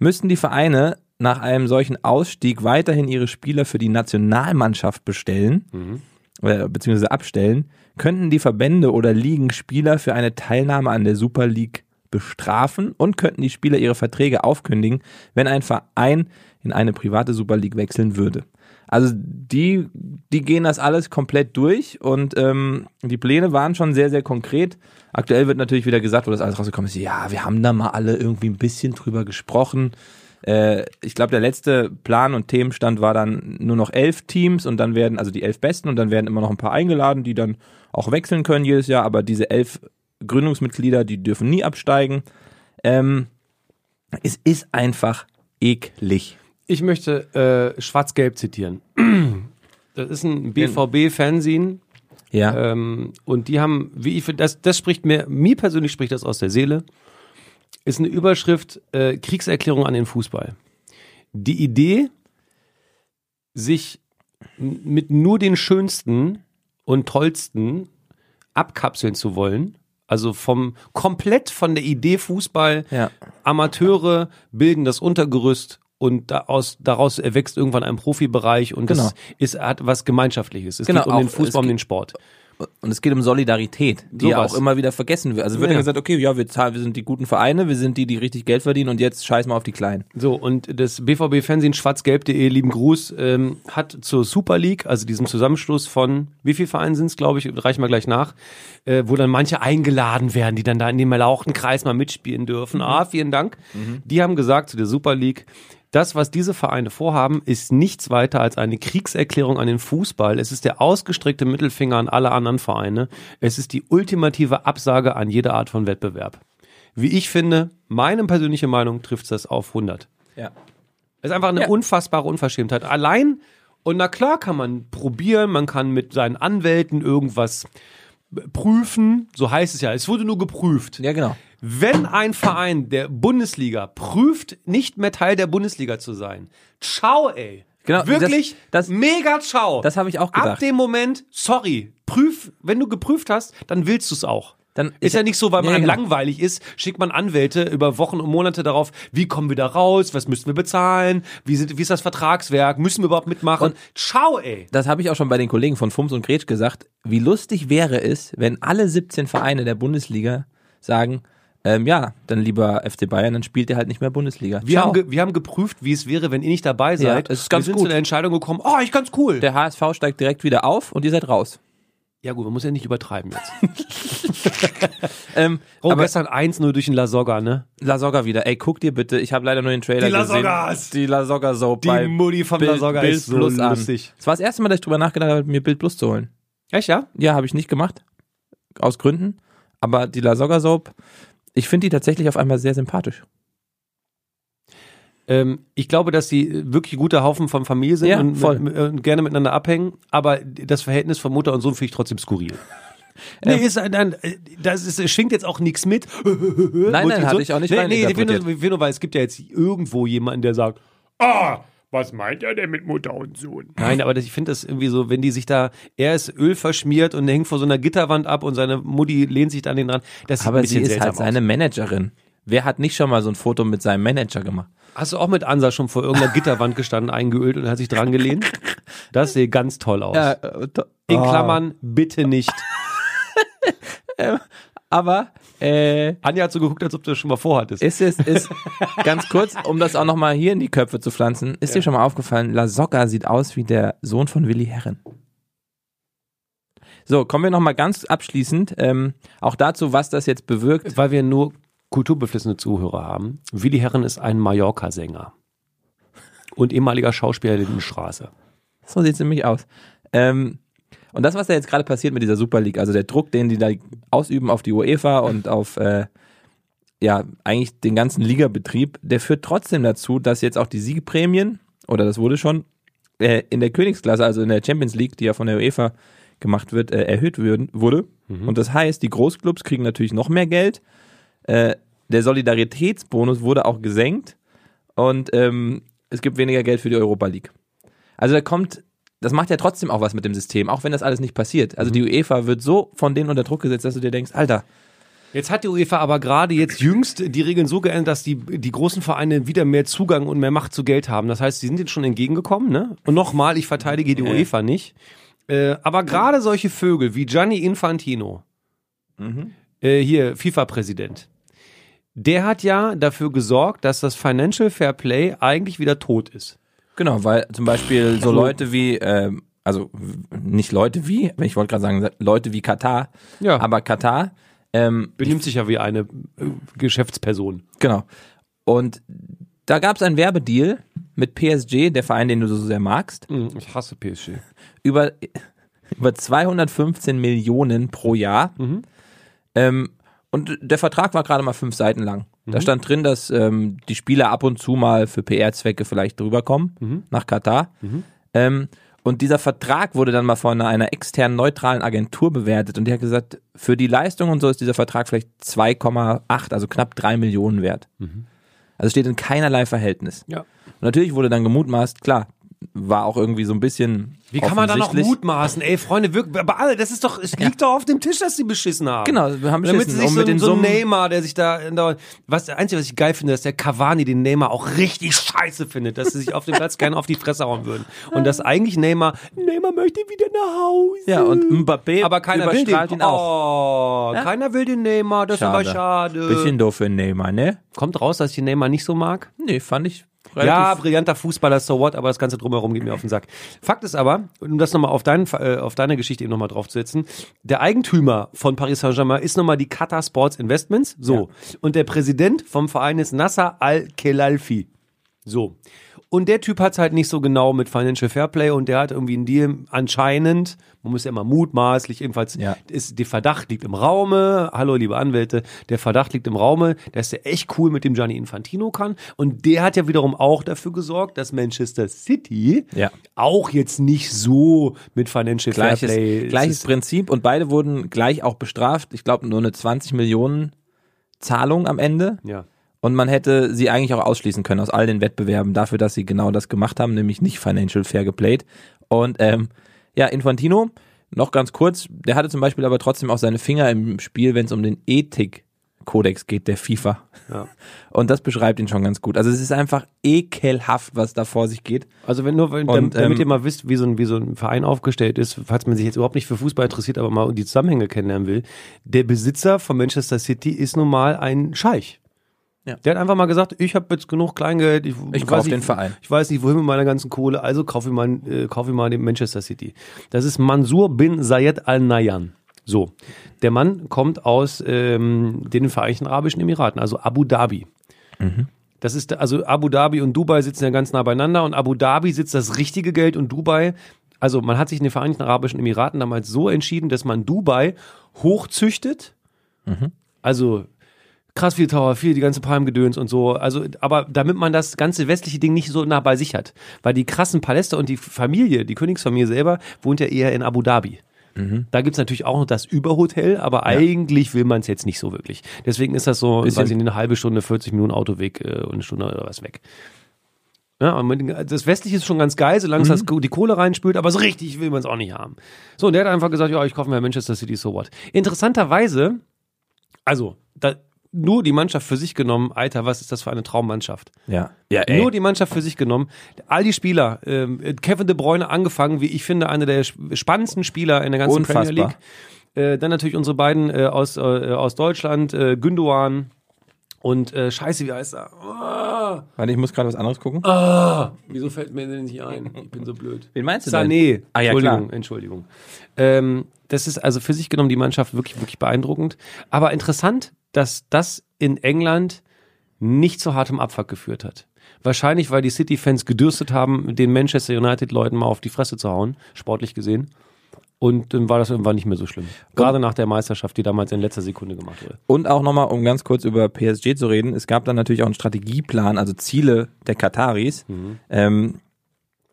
A: Müssten die Vereine nach einem solchen Ausstieg weiterhin ihre Spieler für die Nationalmannschaft bestellen? Oder, beziehungsweise abstellen, könnten die Verbände oder Ligen Spieler für eine Teilnahme an der Super League bestrafen und könnten die Spieler ihre Verträge aufkündigen, wenn ein Verein in eine private Super League wechseln würde. Also die, die gehen das alles komplett durch und ähm, die Pläne waren schon sehr, sehr konkret. Aktuell wird natürlich wieder gesagt, wo das alles rausgekommen ist, ja, wir haben da mal alle irgendwie ein bisschen drüber gesprochen. Äh, ich glaube, der letzte Plan und Themenstand war dann nur noch elf Teams und dann werden, also die elf Besten und dann werden immer noch ein paar eingeladen, die dann auch wechseln können jedes Jahr, aber diese elf Gründungsmitglieder, die dürfen nie absteigen. Ähm, es ist einfach eklig.
B: Ich möchte äh, Schwarz-Gelb zitieren. Das ist ein BVB-Fernsehen
A: Ja.
B: ähm, und die haben, wie ich finde, das, das spricht mir, mir persönlich spricht das aus der Seele, ist eine Überschrift äh, Kriegserklärung an den Fußball. Die Idee, sich n- mit nur den Schönsten und Tollsten abkapseln zu wollen, also vom komplett von der Idee Fußball
A: ja.
B: Amateure bilden das Untergerüst und daraus, daraus erwächst irgendwann ein Profibereich und
A: Genau.
B: das ist, hat was Gemeinschaftliches. Es
A: Genau,
B: geht um den
A: auch- es
B: Fußball, um
A: geht-
B: den Sport.
A: Und es geht um Solidarität, die ja
B: Sowas.
A: auch immer wieder vergessen wird. Also wird
B: Ja.
A: dann gesagt, okay, ja, wir, zahlen, wir sind die guten Vereine, wir sind die, die richtig Geld verdienen und jetzt scheiß mal auf die Kleinen.
B: So, und das BVB-Fernsehen schwarzgelb.de, lieben Gruß, ähm, hat zur Super League, also diesem Zusammenschluss von, wie viele Vereine sind es, glaube ich, reichen wir gleich nach, äh, wo dann manche eingeladen werden, die dann da in dem erlauchten Kreis mal mitspielen dürfen. Ah, vielen Dank. Die haben gesagt zu der Super League, das, was diese Vereine vorhaben, ist nichts weiter als eine Kriegserklärung an den Fußball. Es ist der ausgestreckte Mittelfinger an alle anderen Vereine. Es ist die ultimative Absage an jede Art von Wettbewerb. Wie ich finde, meine persönliche Meinung trifft das auf 100.
A: Ja.
B: Es ist einfach eine
A: Ja.
B: unfassbare Unverschämtheit. Allein, und na klar kann man probieren, man kann mit seinen Anwälten irgendwas prüfen, so heißt es ja, es wurde nur geprüft.
A: Ja, genau.
B: Wenn ein Verein der Bundesliga prüft, nicht mehr Teil der Bundesliga zu sein, ciao ey.
A: Genau,
B: Wirklich,
A: das- das-
B: mega ciao.
A: das habe ich auch
B: Ab
A: gedacht.
B: dem Moment, sorry, prüf, wenn du geprüft hast, dann willst du es auch.
A: Dann-
B: ist ja nicht so, weil
A: Ja,
B: man
A: genau.
B: langweilig ist, schickt man Anwälte über Wochen und Monate darauf, wie kommen wir da raus, was müssen wir bezahlen, wie, sind, wie ist das Vertragswerk, müssen wir überhaupt mitmachen.
A: Und-
B: ciao ey.
A: Das habe ich auch schon bei den Kollegen von Fums und Gretsch gesagt. Wie lustig wäre es, wenn alle 17 Vereine der Bundesliga sagen, ähm, ja, dann lieber FC Bayern, dann spielt ihr halt nicht mehr Bundesliga.
B: Wir haben, ge, wir haben geprüft, wie es wäre, wenn ihr nicht dabei seid.
A: es ist ganz
B: wir sind
A: gut.
B: zu der Entscheidung gekommen, oh, ich ganz cool.
A: Der HSV steigt direkt wieder auf und ihr seid raus.
B: ja gut, man muss ja nicht übertreiben jetzt.
A: Ähm,
B: Oh,
A: aber
B: gestern 1-0 durch den Lasogga, ne?
A: La Soga wieder. Ey, guck dir bitte, ich habe leider nur den Trailer
B: Die La
A: gesehen.
B: Sogas!
A: Die La Soga Soap
B: Die
A: bei
B: Mutti von La
A: Bild,
B: Soga
A: Bild
B: ist so
A: Plus
B: lustig.
A: an. Es war das erste Mal, dass ich drüber nachgedacht habe, mir Bild Plus zu holen.
B: Echt, ja?
A: Ja, habe ich nicht gemacht. Aus Gründen. Aber die La Soga Soap, ich finde die tatsächlich auf einmal sehr sympathisch.
B: Ähm, ich glaube, dass sie wirklich guter Haufen von Familie sind
A: Ja,
B: und,
A: voll.
B: Mit, äh, und gerne miteinander abhängen, aber das Verhältnis von Mutter und Sohn finde ich trotzdem skurril. Nee, ist ein, ein, das ist, schwingt jetzt auch nichts mit. nein,
A: nein, hatte ich auch nicht
B: Nee, nee, ich will nur,
A: reininterpretiert.
B: ich will nur, weil es gibt ja jetzt irgendwo jemanden, der sagt,
C: Ah, Was meint er denn mit Mutter und Sohn?
B: Nein, aber das, ich finde das irgendwie so, wenn die sich da, er ist Öl verschmiert und hängt vor so einer Gitterwand ab und seine Mutti lehnt sich da an den dran. Das sieht ein
A: Aber sie
B: bisschen
A: ist
B: seltsam
A: halt seine Managerin. Wer hat nicht schon mal so ein Foto mit seinem Manager gemacht?
B: aus. Hast du auch mit Ansa schon vor irgendeiner Gitterwand gestanden, eingeölt und hat sich dran gelehnt? Das sieht ganz toll aus.
A: Äh,
B: In Klammern, bitte nicht.
A: Aber äh,
B: Anja hat so geguckt, als ob du das schon mal vorhattest.
A: ist es, ist, ganz kurz, um das auch nochmal hier in die Köpfe zu pflanzen, ist dir schon mal aufgefallen, La Soga sieht aus wie der Sohn von Willi Herren. So, kommen wir nochmal ganz abschließend ähm, auch dazu, was das jetzt bewirkt.
B: Weil wir nur kulturbeflissene Zuhörer haben. Willi Herren ist ein Mallorca-Sänger. Und ehemaliger Schauspieler der Lindenstraße.
A: So sieht es nämlich aus. Ähm, und das, was da jetzt gerade passiert mit dieser Super League, also der Druck, den die da ausüben auf die UEFA und auf äh, ja, eigentlich den ganzen Ligabetrieb, der führt trotzdem dazu, dass jetzt auch die Siegprämien, oder das wurde schon, äh, in der Königsklasse, also in der Champions League, die ja von der UEFA gemacht wird, äh, erhöht würden, wurde. Und das heißt, die Großclubs kriegen natürlich noch mehr Geld. Äh, der Solidaritätsbonus wurde auch gesenkt und ähm, es gibt weniger Geld für die Europa League. Also da kommt, das macht ja trotzdem auch was mit dem System, auch wenn das alles nicht passiert. Also die UEFA wird so von denen unter Druck gesetzt, dass du dir denkst, Alter,
B: Jetzt hat die UEFA aber gerade jetzt jüngst die Regeln so geändert, dass die, die großen Vereine wieder mehr Zugang und mehr Macht zu Geld haben. Das heißt, sie sind jetzt schon entgegengekommen. Ne? Und nochmal, ich verteidige die UEFA nicht. Äh, aber gerade solche Mhm. Vögel wie Gianni Infantino, äh, hier FIFA-Präsident, der hat ja dafür gesorgt, dass das Financial Fair Play eigentlich wieder tot ist.
A: Genau, weil zum Beispiel so Leute wie, ähm, also w- nicht Leute wie, ich wollte gerade sagen, Leute wie Katar,
B: Ja.
A: aber Katar, ähm,
B: Benimmt sich ja wie eine äh, Geschäftsperson.
A: genau. Und da gab es einen Werbedeal mit PSG, der Verein, den du so sehr magst,
B: Mhm, Ich hasse PSG.
A: über, über 215 Millionen pro Jahr. Ähm, und der Vertrag war gerade mal fünf Seiten lang. Da stand drin, dass ähm, die Spieler ab und zu mal für PR-Zwecke vielleicht drüber kommen nach Katar. Ähm, und dieser Vertrag wurde dann mal von einer externen neutralen Agentur bewertet und die hat gesagt, für die Leistung und so ist dieser Vertrag vielleicht 2,8, also knapp 3 Millionen wert. Also steht in keinerlei Verhältnis.
B: Ja.
A: Und natürlich wurde dann gemutmaßt, klar, war auch irgendwie so ein bisschen.
B: Wie kann man da noch
A: offensichtlich.
B: mutmaßen? Ey, Freunde, wirklich, aber alle, das ist doch, es liegt doch auf dem Tisch, dass sie beschissen haben.
A: Genau, wir haben
B: Damit sie
A: beschissen.
B: sich
A: Und
B: so,
A: mit den
B: so einen
A: Summen-
B: Neymar, der sich da andauernd- was das Einzige, was ich geil finde, dass der Cavani den Neymar auch richtig scheiße findet, dass sie sich auf dem Platz gerne auf die Fresse hauen würden. Und dass eigentlich Neymar, Neymar möchte wieder nach Hause.
A: Ja, und Mbappé
B: aber keiner will den.
A: überstrahlt ihn auch.
B: Oh, keiner will den Neymar, das ist aber schade.
A: Bisschen doof für Neymar, ne?
B: Kommt raus, dass ich den Neymar nicht so mag.
A: Nee, fand ich
B: Ja,
A: relativ.
B: brillanter Fußballer, so what, aber das Ganze drumherum geht mir auf den Sack. Fakt ist aber, um das nochmal auf, deinen, äh, auf deine Geschichte eben nochmal draufzusetzen, der Eigentümer von Paris Saint-Germain ist nochmal die Qatar Sports Investments, so. Und der Präsident vom Verein ist Nasser Al-Khelaifi, so. Und der Typ hat es halt nicht so genau mit Financial Fairplay und der hat irgendwie einen Deal anscheinend, man muss ja immer mutmaßlich, jedenfalls
A: Ja.
B: ist, der Verdacht liegt im Raume. Hallo, liebe Anwälte. Der Verdacht liegt im Raume, dass der echt cool mit dem Gianni Infantino kann. Und der hat ja wiederum auch dafür gesorgt, dass Manchester City
A: Ja.
B: auch jetzt nicht so mit Financial Fairplay.
A: Gleiches, gleiches
B: es ist-
A: Prinzip und beide wurden gleich auch bestraft. Ich glaube, nur eine 20 Millionen Zahlung am Ende.
B: Ja.
A: Und man hätte sie eigentlich auch ausschließen können aus all den Wettbewerben dafür, dass sie genau das gemacht haben, nämlich nicht financial fair geplayed. Und ähm, ja, Infantino, noch ganz kurz, der hatte zum Beispiel aber trotzdem auch seine Finger im Spiel, wenn es um den Ethikkodex geht, der FIFA.
B: Ja.
A: Und das beschreibt ihn schon ganz gut. Also es ist einfach ekelhaft, was da vor sich geht.
B: Also wenn nur, wenn,
A: Und,
B: damit
A: ähm,
B: ihr mal wisst, wie so, ein, wie so ein Verein aufgestellt ist, falls man sich jetzt überhaupt nicht für Fußball interessiert, aber mal die Zusammenhänge kennenlernen will, der Besitzer von Manchester City ist nun mal ein Scheich.
A: Ja.
B: Der hat einfach mal gesagt, ich habe jetzt genug Kleingeld, ich,
A: Ich
B: weiß
A: kauf
B: nicht,
A: den Verein.
B: Ich weiß nicht, wohin mit meiner ganzen Kohle, also kaufe ich mal, äh, kauf ich mal den Manchester City. Das ist Mansur bin Zayed Al Nahyan. So, der Mann kommt aus ähm, den Vereinigten Arabischen Emiraten, also Abu Dhabi.
A: Mhm.
B: Das ist also Abu Dhabi und Dubai sitzen ja ganz nah beieinander und Abu Dhabi sitzt das richtige Geld und Dubai. Also man hat sich in den Vereinigten Arabischen Emiraten damals so entschieden, dass man Dubai hochzüchtet.
A: Mhm.
B: Also krass viel Tower, viel die ganze Palmgedöns und so. Also aber damit man das ganze westliche Ding nicht so nah bei sich hat, weil die krassen Paläste und die Familie, die Königsfamilie selber wohnt ja eher in Abu Dhabi. Da gibt's natürlich auch noch das Überhotel, aber eigentlich will man es jetzt nicht so wirklich. Deswegen ist das so,
A: Bisschen-
B: weiß ich nicht, eine halbe Stunde, 40 Minuten Autoweg äh, und eine Stunde oder was weg. Ja, und mit, den- das Westliche ist schon ganz geil, solange es das, die Kohle reinspült, aber so richtig will man es auch nicht haben. So, und der hat einfach gesagt, ja, ich kaufe mir Manchester City, so what. Interessanterweise, also, da, nur die Mannschaft für sich genommen, Alter, was ist das für eine Traummannschaft?
A: Ja. Ja,
B: Nur die Mannschaft für sich genommen. All die Spieler, ähm, Kevin De Bruyne angefangen, wie ich finde, einer der sp- spannendsten Spieler in der ganzen Premier
A: Unfassbar.
B: League. Äh, dann natürlich unsere beiden äh, aus, äh, aus Deutschland, äh, Gündogan und äh, Scheiße, wie heißt er? Ah!
D: Ah,
A: Warte, ich muss gerade was anderes
B: Äh,
A: gucken.
D: wieso fällt mir denn nicht ein? Ich bin so blöd.
A: Wen meinst du denn?
B: Sané.
A: Ah, ja,
B: Entschuldigung,
A: klar.
B: Entschuldigung. Ähm, das ist also für sich genommen die Mannschaft wirklich, wirklich beeindruckend. Aber interessant, dass das in England nicht zu hartem Abfuck geführt hat. Wahrscheinlich, weil die City-Fans gedürstet haben, den Manchester United-Leuten mal auf die Fresse zu hauen, sportlich gesehen. Und dann war das irgendwann nicht mehr so schlimm. Gerade nach der Meisterschaft, die damals in letzter Sekunde gemacht wurde.
A: Und auch nochmal, um ganz kurz über PSG zu reden, es gab dann natürlich auch einen Strategieplan, also Ziele der Kataris.
B: Mhm.
A: Ähm,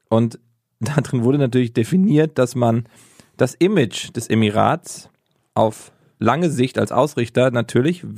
A: und darin wurde natürlich definiert, dass man das Image des Emirats auf lange Sicht als Ausrichter natürlich w-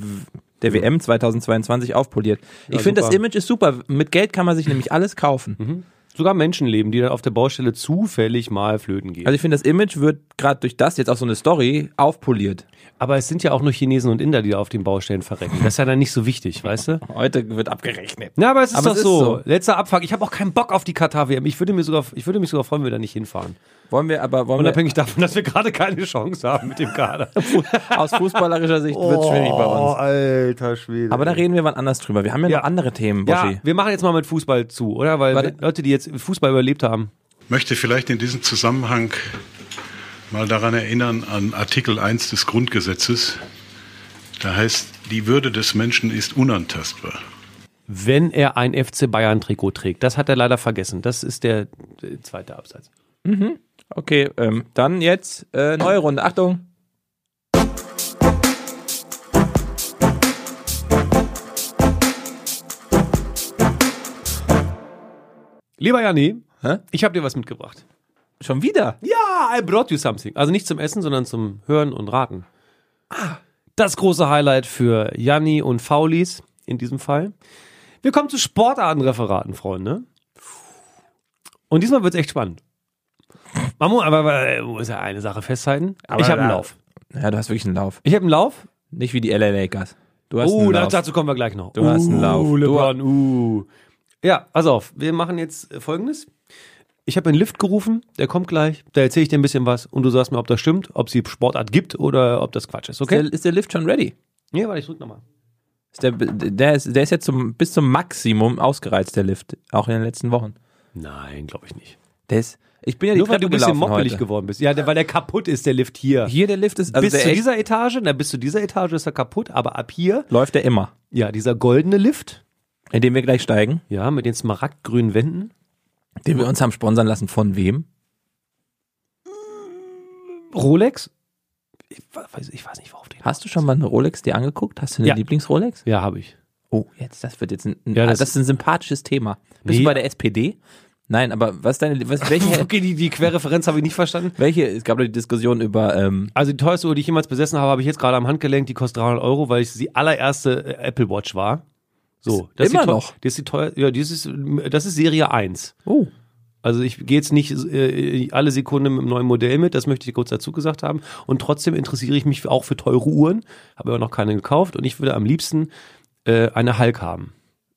A: der WM 2022 aufpoliert. ich finde, das
B: super. Mhm.
A: Image ist super. Mit Geld kann man sich nämlich alles kaufen.
B: Sogar Menschenleben, die dann auf der Baustelle zufällig mal flöten gehen.
A: Also ich finde, das Image wird gerade durch das jetzt auch so eine Story aufpoliert.
B: Aber es sind ja auch nur Chinesen und Inder, die da auf den Baustellen verrecken. Das ist ja dann nicht so wichtig, weißt du?
A: Heute wird abgerechnet.
B: Na, aber es ist
A: Aber
B: doch
A: es ist
B: so.
A: so.
B: Letzter Abfuck. Ich habe auch keinen Bock auf die Katar-WM. Ich würde mir sogar, ich würde mich sogar freuen, wenn wir da nicht hinfahren.
A: Wollen wir aber, wollen wir,
B: Unabhängig davon, dass wir gerade keine Chance haben mit dem Kader.
A: aus fußballerischer Sicht wird es schwierig
B: Oh.
A: bei uns.
B: alter Schwede.
A: Aber da reden wir wann anders drüber. Wir haben ja,
B: Äh. Ja.
A: noch andere Themen, Boschi.
B: ja, wir machen jetzt mal mit Fußball zu, oder? Weil
A: Warte.
B: Leute, die jetzt Fußball überlebt haben.
E: möchte vielleicht in diesem Zusammenhang mal daran erinnern an Artikel 1 des Grundgesetzes. Da heißt, die Würde des Menschen ist unantastbar.
B: Wenn er ein FC Bayern-Trikot trägt. Das hat er leider vergessen. Das ist der äh, zweite Absatz.
A: Okay, ähm, dann jetzt äh, neue Runde. Achtung.
B: Lieber Janni,
A: Hä?
B: ich habe dir was mitgebracht.
A: Schon wieder?
B: Ja, I brought you something. Also nicht zum Essen, sondern zum Hören und Raten. Das große Highlight für Janni und Faulis in diesem Fall. Wir kommen zu Sportartenreferaten, Freunde. Und diesmal wird's echt spannend. Mamu, aber, aber äh, muss ja eine Sache festhalten. ich habe einen
A: da-
B: Lauf.
A: Ja, du hast wirklich einen Lauf.
B: Ich habe einen Lauf.
A: Nicht wie die LA Lakers. Du hast
B: Oh,
A: einen
B: da-
A: Lauf.
B: dazu kommen wir gleich noch.
A: Du hast einen Lauf. Du-
B: Uh, LeBron, uh. Ja, pass auf. Wir machen jetzt äh, Folgendes. Ich habe einen Lift gerufen, der kommt gleich, da erzähle ich dir ein bisschen was und du sagst mir, ob das stimmt, ob sie Sportart gibt oder ob das Quatsch ist,
A: ist,
B: okay?
A: der, ist der Lift schon ready?
B: Nee, warte, ich drück nochmal.
A: Ist der, der, ist, der ist jetzt zum, bis zum Maximum ausgereizt, der Lift. Auch in den letzten Wochen.
B: Nein, glaube ich nicht.
A: Der ist, ich bin ja die
B: Nur weil
A: Treppe
B: du ein bisschen
A: gelaufen
B: mockelig
A: heute.
B: geworden bist. Ja, der, weil der kaputt ist, der Lift hier.
A: Hier der Lift ist, also
B: bis
A: der
B: zu
A: echt,
B: dieser Etage, na, bis zu dieser Etage ist er kaputt, aber ab hier,
A: läuft der immer.
B: ja, dieser goldene Lift,
A: Indem wir gleich steigen.
B: ja, mit den smaragdgrünen Wänden.
A: Den wir uns haben sponsern lassen. Von wem?
B: Rolex? Ich weiß, ich weiß nicht, worauf den.
A: Hast du schon mal eine Rolex dir angeguckt? Hast du eine
B: Ja.
A: Lieblings-Rolex?
B: Ja, habe ich.
A: Oh, jetzt, das wird jetzt ein, ein
B: Ja,
A: ah,
B: das-
A: das, ist ein sympathisches Thema. Bist
B: Nee.
A: du bei der SPD? Nein, aber was deine, was, welche,
B: Okay, die, die Querreferenz habe ich nicht verstanden.
A: welche, es gab doch die Diskussion über, ähm,
B: Also die teuerste Uhr, die ich jemals besessen habe, habe ich jetzt gerade am Handgelenk. Die kostet 300 Euro, weil ich die allererste äh, Apple Watch war. So, das
A: Immer
B: ist die teu-
A: noch?
B: Das ist die teuer, ja, das ist, das ist Serie 1.
A: oh,
B: Also ich gehe jetzt nicht äh, alle Sekunde mit einem neuen Modell mit, das möchte ich kurz dazu gesagt haben. Und trotzdem interessiere ich mich auch für teure Uhren, habe aber noch keine gekauft und ich würde am liebsten äh, eine Hulk haben.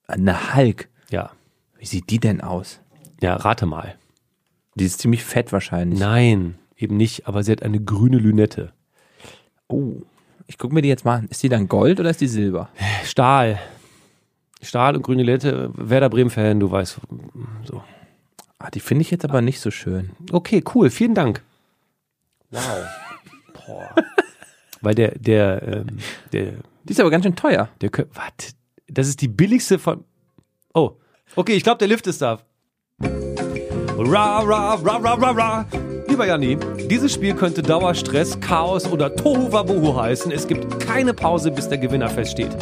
A: eine Hulk.
B: Ja,
A: Wie sieht die denn aus?
B: ja, rate mal.
A: Die ist ziemlich fett wahrscheinlich.
B: Nein, eben nicht, aber sie hat eine grüne Lünette.
A: Oh, ich gucke mir die jetzt mal an. Ist die dann Gold oder ist die Silber?
B: Stahl. Stahl und grüne Lette, Werder Bremen-Fan, du weißt. So.
A: Ah, die finde ich jetzt aber nicht so schön.
B: Okay, cool, vielen Dank. Wow. Weil der, der, ähm, der,
A: Die ist aber ganz schön teuer.
B: der, Kö- was? Das ist die billigste von. Oh, okay, ich glaube, der Lift ist da. Ra, ra, ra, ra, ra, ra. Lieber Janni, dieses Spiel könnte Dauerstress, Chaos oder Tohuwabohu heißen. Es gibt keine Pause, bis der Gewinner feststeht.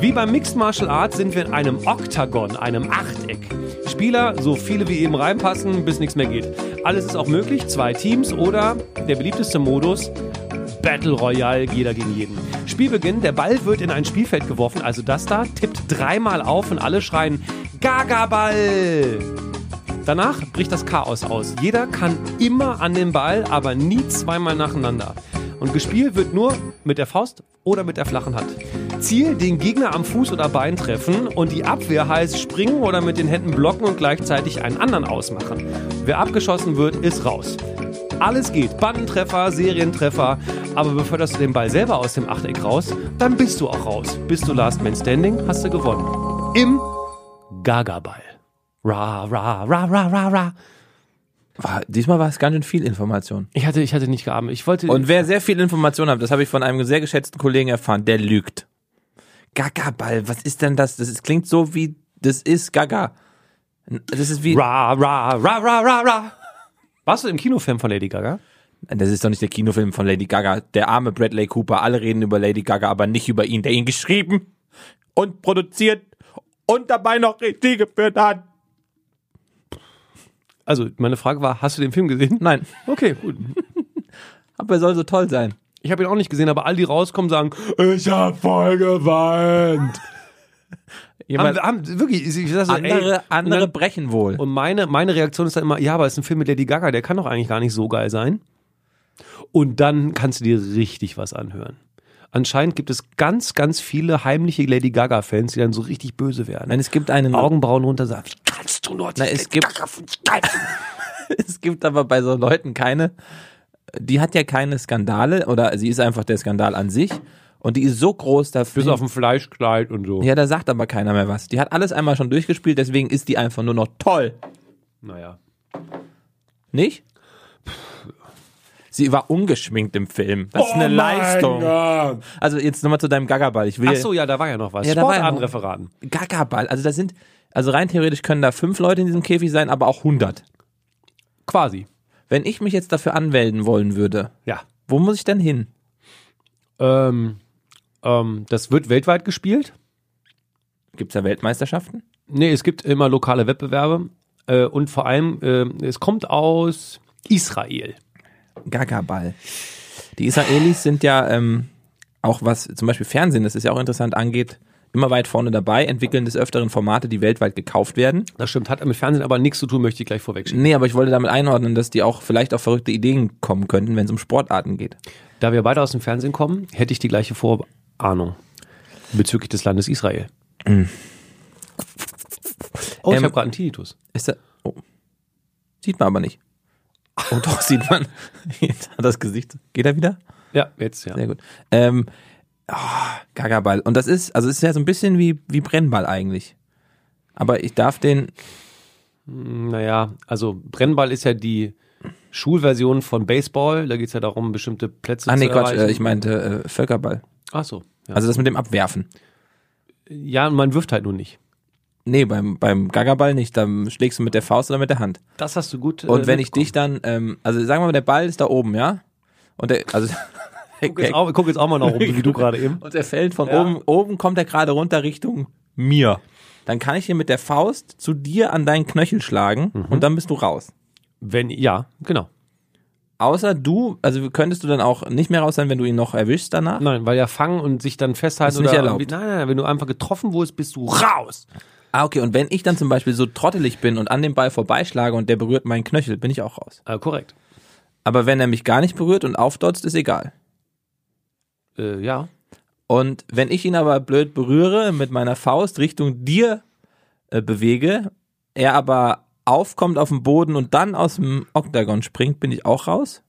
B: Wie beim Mixed Martial Arts sind wir in einem Oktagon, einem Achteck. Spieler, so viele wie eben reinpassen, bis nichts mehr geht. Alles ist auch möglich, zwei Teams oder der beliebteste Modus, Battle Royale, jeder gegen jeden. Spielbeginn, der Ball wird in ein Spielfeld geworfen, also das da, tippt dreimal auf und alle schreien Gaga-Ball! Danach bricht das Chaos aus. Jeder kann immer an den Ball, aber nie zweimal nacheinander. Und gespielt wird nur mit der Faust oder mit der flachen Hand. Ziel, den Gegner am Fuß oder Bein treffen und die Abwehr heißt springen oder mit den Händen blocken und gleichzeitig einen anderen ausmachen. Wer abgeschossen wird, ist raus. Alles geht. Bandentreffer, Serientreffer. Aber beförderst du den Ball selber aus dem Achteck raus, dann bist du auch raus. Bist du Last Man Standing, hast du gewonnen. Im Gaga-Ball. Ra, ra, ra, ra, ra, ra.
A: War, diesmal war es ganz schön viel Information.
B: Ich hatte, ich hatte nicht geatmet. Ich wollte.
A: Und wer sehr viel Information hat, das habe ich von einem sehr geschätzten Kollegen erfahren, der lügt. Gaga-Ball, was ist denn das? Das ist, klingt so wie, das ist Gaga. Das ist wie,
B: ra, ra, ra, ra, ra, ra. Warst du im Kinofilm von Lady Gaga?
A: das ist doch nicht der Kinofilm von Lady Gaga. Der arme Bradley Cooper, alle reden über Lady Gaga, aber nicht über ihn, der ihn geschrieben und produziert und dabei noch Regie geführt hat.
B: Also, meine Frage war: Hast du den Film gesehen?
A: Nein,
B: Okay, gut.
A: aber er soll so toll sein.
B: Ich habe ihn auch nicht gesehen, aber all die rauskommen sagen: Ich hab voll geweint. Haben,
A: Jemand,
B: haben, wirklich, ich ich sag so, ey,
A: andere andere
B: und dann-
A: brechen wohl.
B: Und meine, meine Reaktion ist dann immer, ja, aber es ist ein Film mit Lady Gaga, der kann doch eigentlich gar nicht so geil sein. Und dann kannst du dir richtig was anhören. Anscheinend gibt es ganz, ganz viele heimliche Lady Gaga-Fans, die dann so richtig böse werden.
A: Nein, es gibt einen
B: Augenbrauen runter sagen, wie kannst du nur
A: Na, es gibt- es gibt aber bei so Leuten keine, die hat ja keine Skandale oder sie ist einfach der Skandal an sich und die ist so groß dafür.
B: Bis auf ein Fleischkleid und so.
A: ja, da sagt aber keiner mehr was. Die hat alles einmal schon durchgespielt, deswegen ist die einfach nur noch toll.
B: Naja.
A: Nicht? Sie war ungeschminkt im Film. Das
B: Oh
C: Oh
A: ist eine Leistung. Also jetzt nochmal zu deinem Gagaball. Ich will
B: Ach so, ja, da war ja noch was.
A: Ja, da war ja noch-
B: Sportabendreferaten.
A: Gagaball. Also da sind, also rein theoretisch können da fünf Leute in diesem Käfig sein, aber auch 100.
B: Quasi.
A: Wenn ich mich jetzt dafür anmelden wollen würde,
B: Ja.
A: wo muss ich denn hin?
B: Ähm, ähm, das wird weltweit gespielt.
A: Gibt's da Weltmeisterschaften?
B: Nee, es gibt immer lokale Wettbewerbe. Äh, und vor allem, äh, es kommt aus Israel.
A: Gagaball. Die Israelis sind ja ähm, auch was zum Beispiel Fernsehen, das ist ja auch interessant angeht, immer weit vorne dabei, entwickeln des Öfteren Formate, die weltweit gekauft werden.
B: Das stimmt, hat mit Fernsehen aber nichts zu tun, möchte ich gleich vorwegschicken.
A: Nee, aber ich wollte damit einordnen, dass die auch vielleicht auf verrückte Ideen kommen könnten, wenn es um Sportarten geht.
B: Da wir beide aus dem Fernsehen kommen, hätte ich die gleiche Vorahnung bezüglich des Landes Israel. Ähm, Oh, ich
A: Ähm,
B: habe gerade einen Tinnitus.
A: Ist da, oh. Sieht man aber nicht. Oh doch, sieht man. Jetzt hat das Gesicht. Geht er wieder?
B: Ja, jetzt, ja.
A: Sehr gut. Ähm, ah, Gagaball. Und das ist, also es ist ja so ein bisschen wie, wie Brennball eigentlich. Aber ich darf den,
B: Naja, also Brennball ist ja die Schulversion von Baseball. Da geht es ja darum, bestimmte Plätze
A: ah
B: zu
A: nee, Quatsch,
B: erreichen.
A: äh, ich meinte äh, Völkerball.
B: Ach so. Ja.
A: Also das mit dem Abwerfen.
B: ja, und man wirft halt nur nicht.
A: Nee, beim, beim Gagaball nicht. Dann schlägst du mit der Faust oder mit der Hand.
B: Das hast du gut. äh,
A: Und wenn ich dich dann, ähm, also sagen wir mal, der Ball ist da oben, ja? Und der, also,
B: Guck jetzt, auch, guck jetzt auch mal nach oben, wie du gerade eben.
A: und der fällt von
B: Ja.
A: oben, oben kommt er gerade runter Richtung mir. Dann kann ich ihn mit der Faust zu dir an deinen Knöchel schlagen und dann bist du raus.
B: Wenn, ja, genau.
A: Außer du, also könntest du dann auch nicht mehr raus sein, wenn du ihn noch erwischst danach.
B: Nein, weil ja fangen und sich dann festhalten
A: Ist nicht
B: oder
A: erlaubt.
B: irgendwie- Nein, nein, nein, wenn du einfach getroffen wurdest, bist du raus.
A: Ah, okay. Und wenn ich dann zum Beispiel so trottelig bin und an dem Ball vorbeischlage und der berührt meinen Knöchel, bin ich auch raus.
B: Äh, korrekt.
A: Aber wenn er mich gar nicht berührt und aufdotzt, ist egal.
B: Äh, ja.
A: Und wenn ich ihn aber blöd berühre, mit meiner Faust Richtung dir äh, bewege, er aber aufkommt auf den Boden und dann aus dem Oktagon springt, bin ich auch raus?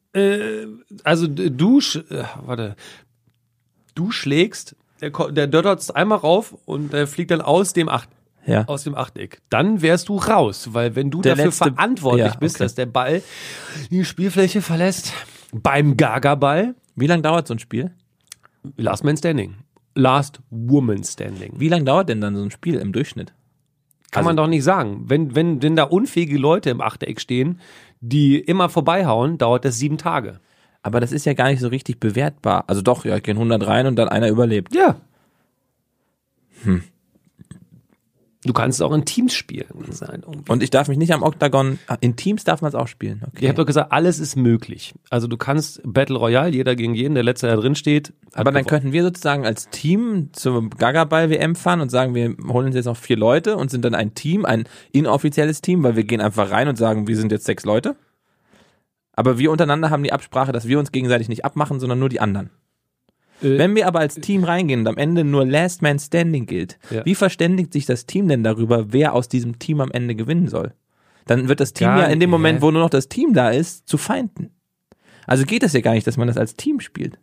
B: Also d- du, sch äh, warte, du schlägst, der, ko- der dottertzt einmal rauf und der fliegt dann aus dem Acht,
A: Ja.
B: aus dem Achteck. Dann wärst du raus, weil wenn du
A: Der
B: dafür
A: letzte-
B: verantwortlich
A: ja,
B: bist,
A: okay.
B: dass der Ball die Spielfläche verlässt, beim Gaga-Ball,
A: Wie lange dauert so ein Spiel?
B: Last Man Standing. Last Woman Standing.
A: Wie lange dauert denn dann so ein Spiel im Durchschnitt?
B: Kann man
A: Also
B: doch nicht sagen. Wenn, wenn, wenn da unfähige Leute im Achteck stehen, die immer vorbeihauen, dauert das sieben Tage.
A: Aber das ist ja gar nicht so richtig bewertbar. Also doch, ja, ich gehen 100 rein und dann einer überlebt.
B: Ja. Hm. Du kannst es auch in Teams spielen. Sein.
A: Und ich darf mich nicht am Oktagon, ah, in Teams darf man es auch spielen.
B: Ich
A: Okay.
B: habe doch gesagt, alles ist möglich. Also du kannst Battle Royale, jeder gegen jeden, der letzte der drin steht. hat
A: Aber dann
B: gewonnen.
A: könnten wir sozusagen als Team zur Gagaball-WM fahren und sagen, wir holen uns jetzt noch vier Leute und sind dann ein Team, ein inoffizielles Team, weil wir gehen einfach rein und sagen, wir sind jetzt sechs Leute. Aber wir untereinander haben die Absprache, dass wir uns gegenseitig nicht abmachen, sondern nur die anderen.
B: Äh,
A: Wenn wir aber als Team reingehen und am Ende nur Last Man Standing gilt,
B: Ja.
A: wie verständigt sich das Team denn darüber, wer aus diesem Team am Ende gewinnen soll? Dann wird das Team
B: Gar
A: ja in dem
B: nicht,
A: Moment,
B: hä?
A: wo nur noch das Team da ist, zu Feinden. Also geht das ja gar nicht, dass man das als Team spielt.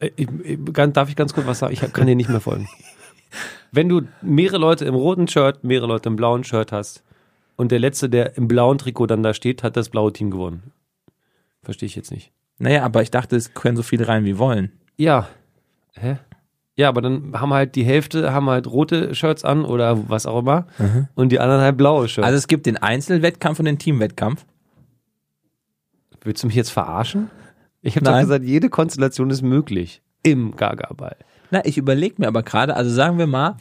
B: Äh, ich- ich- ganz- Darf ich ganz kurz was sagen? Ich kann dir nicht mehr folgen. Wenn du mehrere Leute im roten Shirt, mehrere Leute im blauen Shirt hast und der letzte, der im blauen Trikot dann da steht, hat das blaue Team gewonnen. Verstehe ich jetzt nicht.
A: Naja, aber ich dachte, es können so viele rein wie wollen.
B: Ja. Hä? Ja, aber dann haben halt die Hälfte haben halt rote Shirts an oder was auch immer und die anderen halt blaue Shirts.
A: Mhm. Also es gibt den Einzelwettkampf und den Teamwettkampf.
B: willst du mich jetzt verarschen? Ich habe
A: Nein.
B: doch gesagt, jede Konstellation ist möglich im Gagaball.
A: Na, ich überlege mir aber gerade, also sagen wir mal,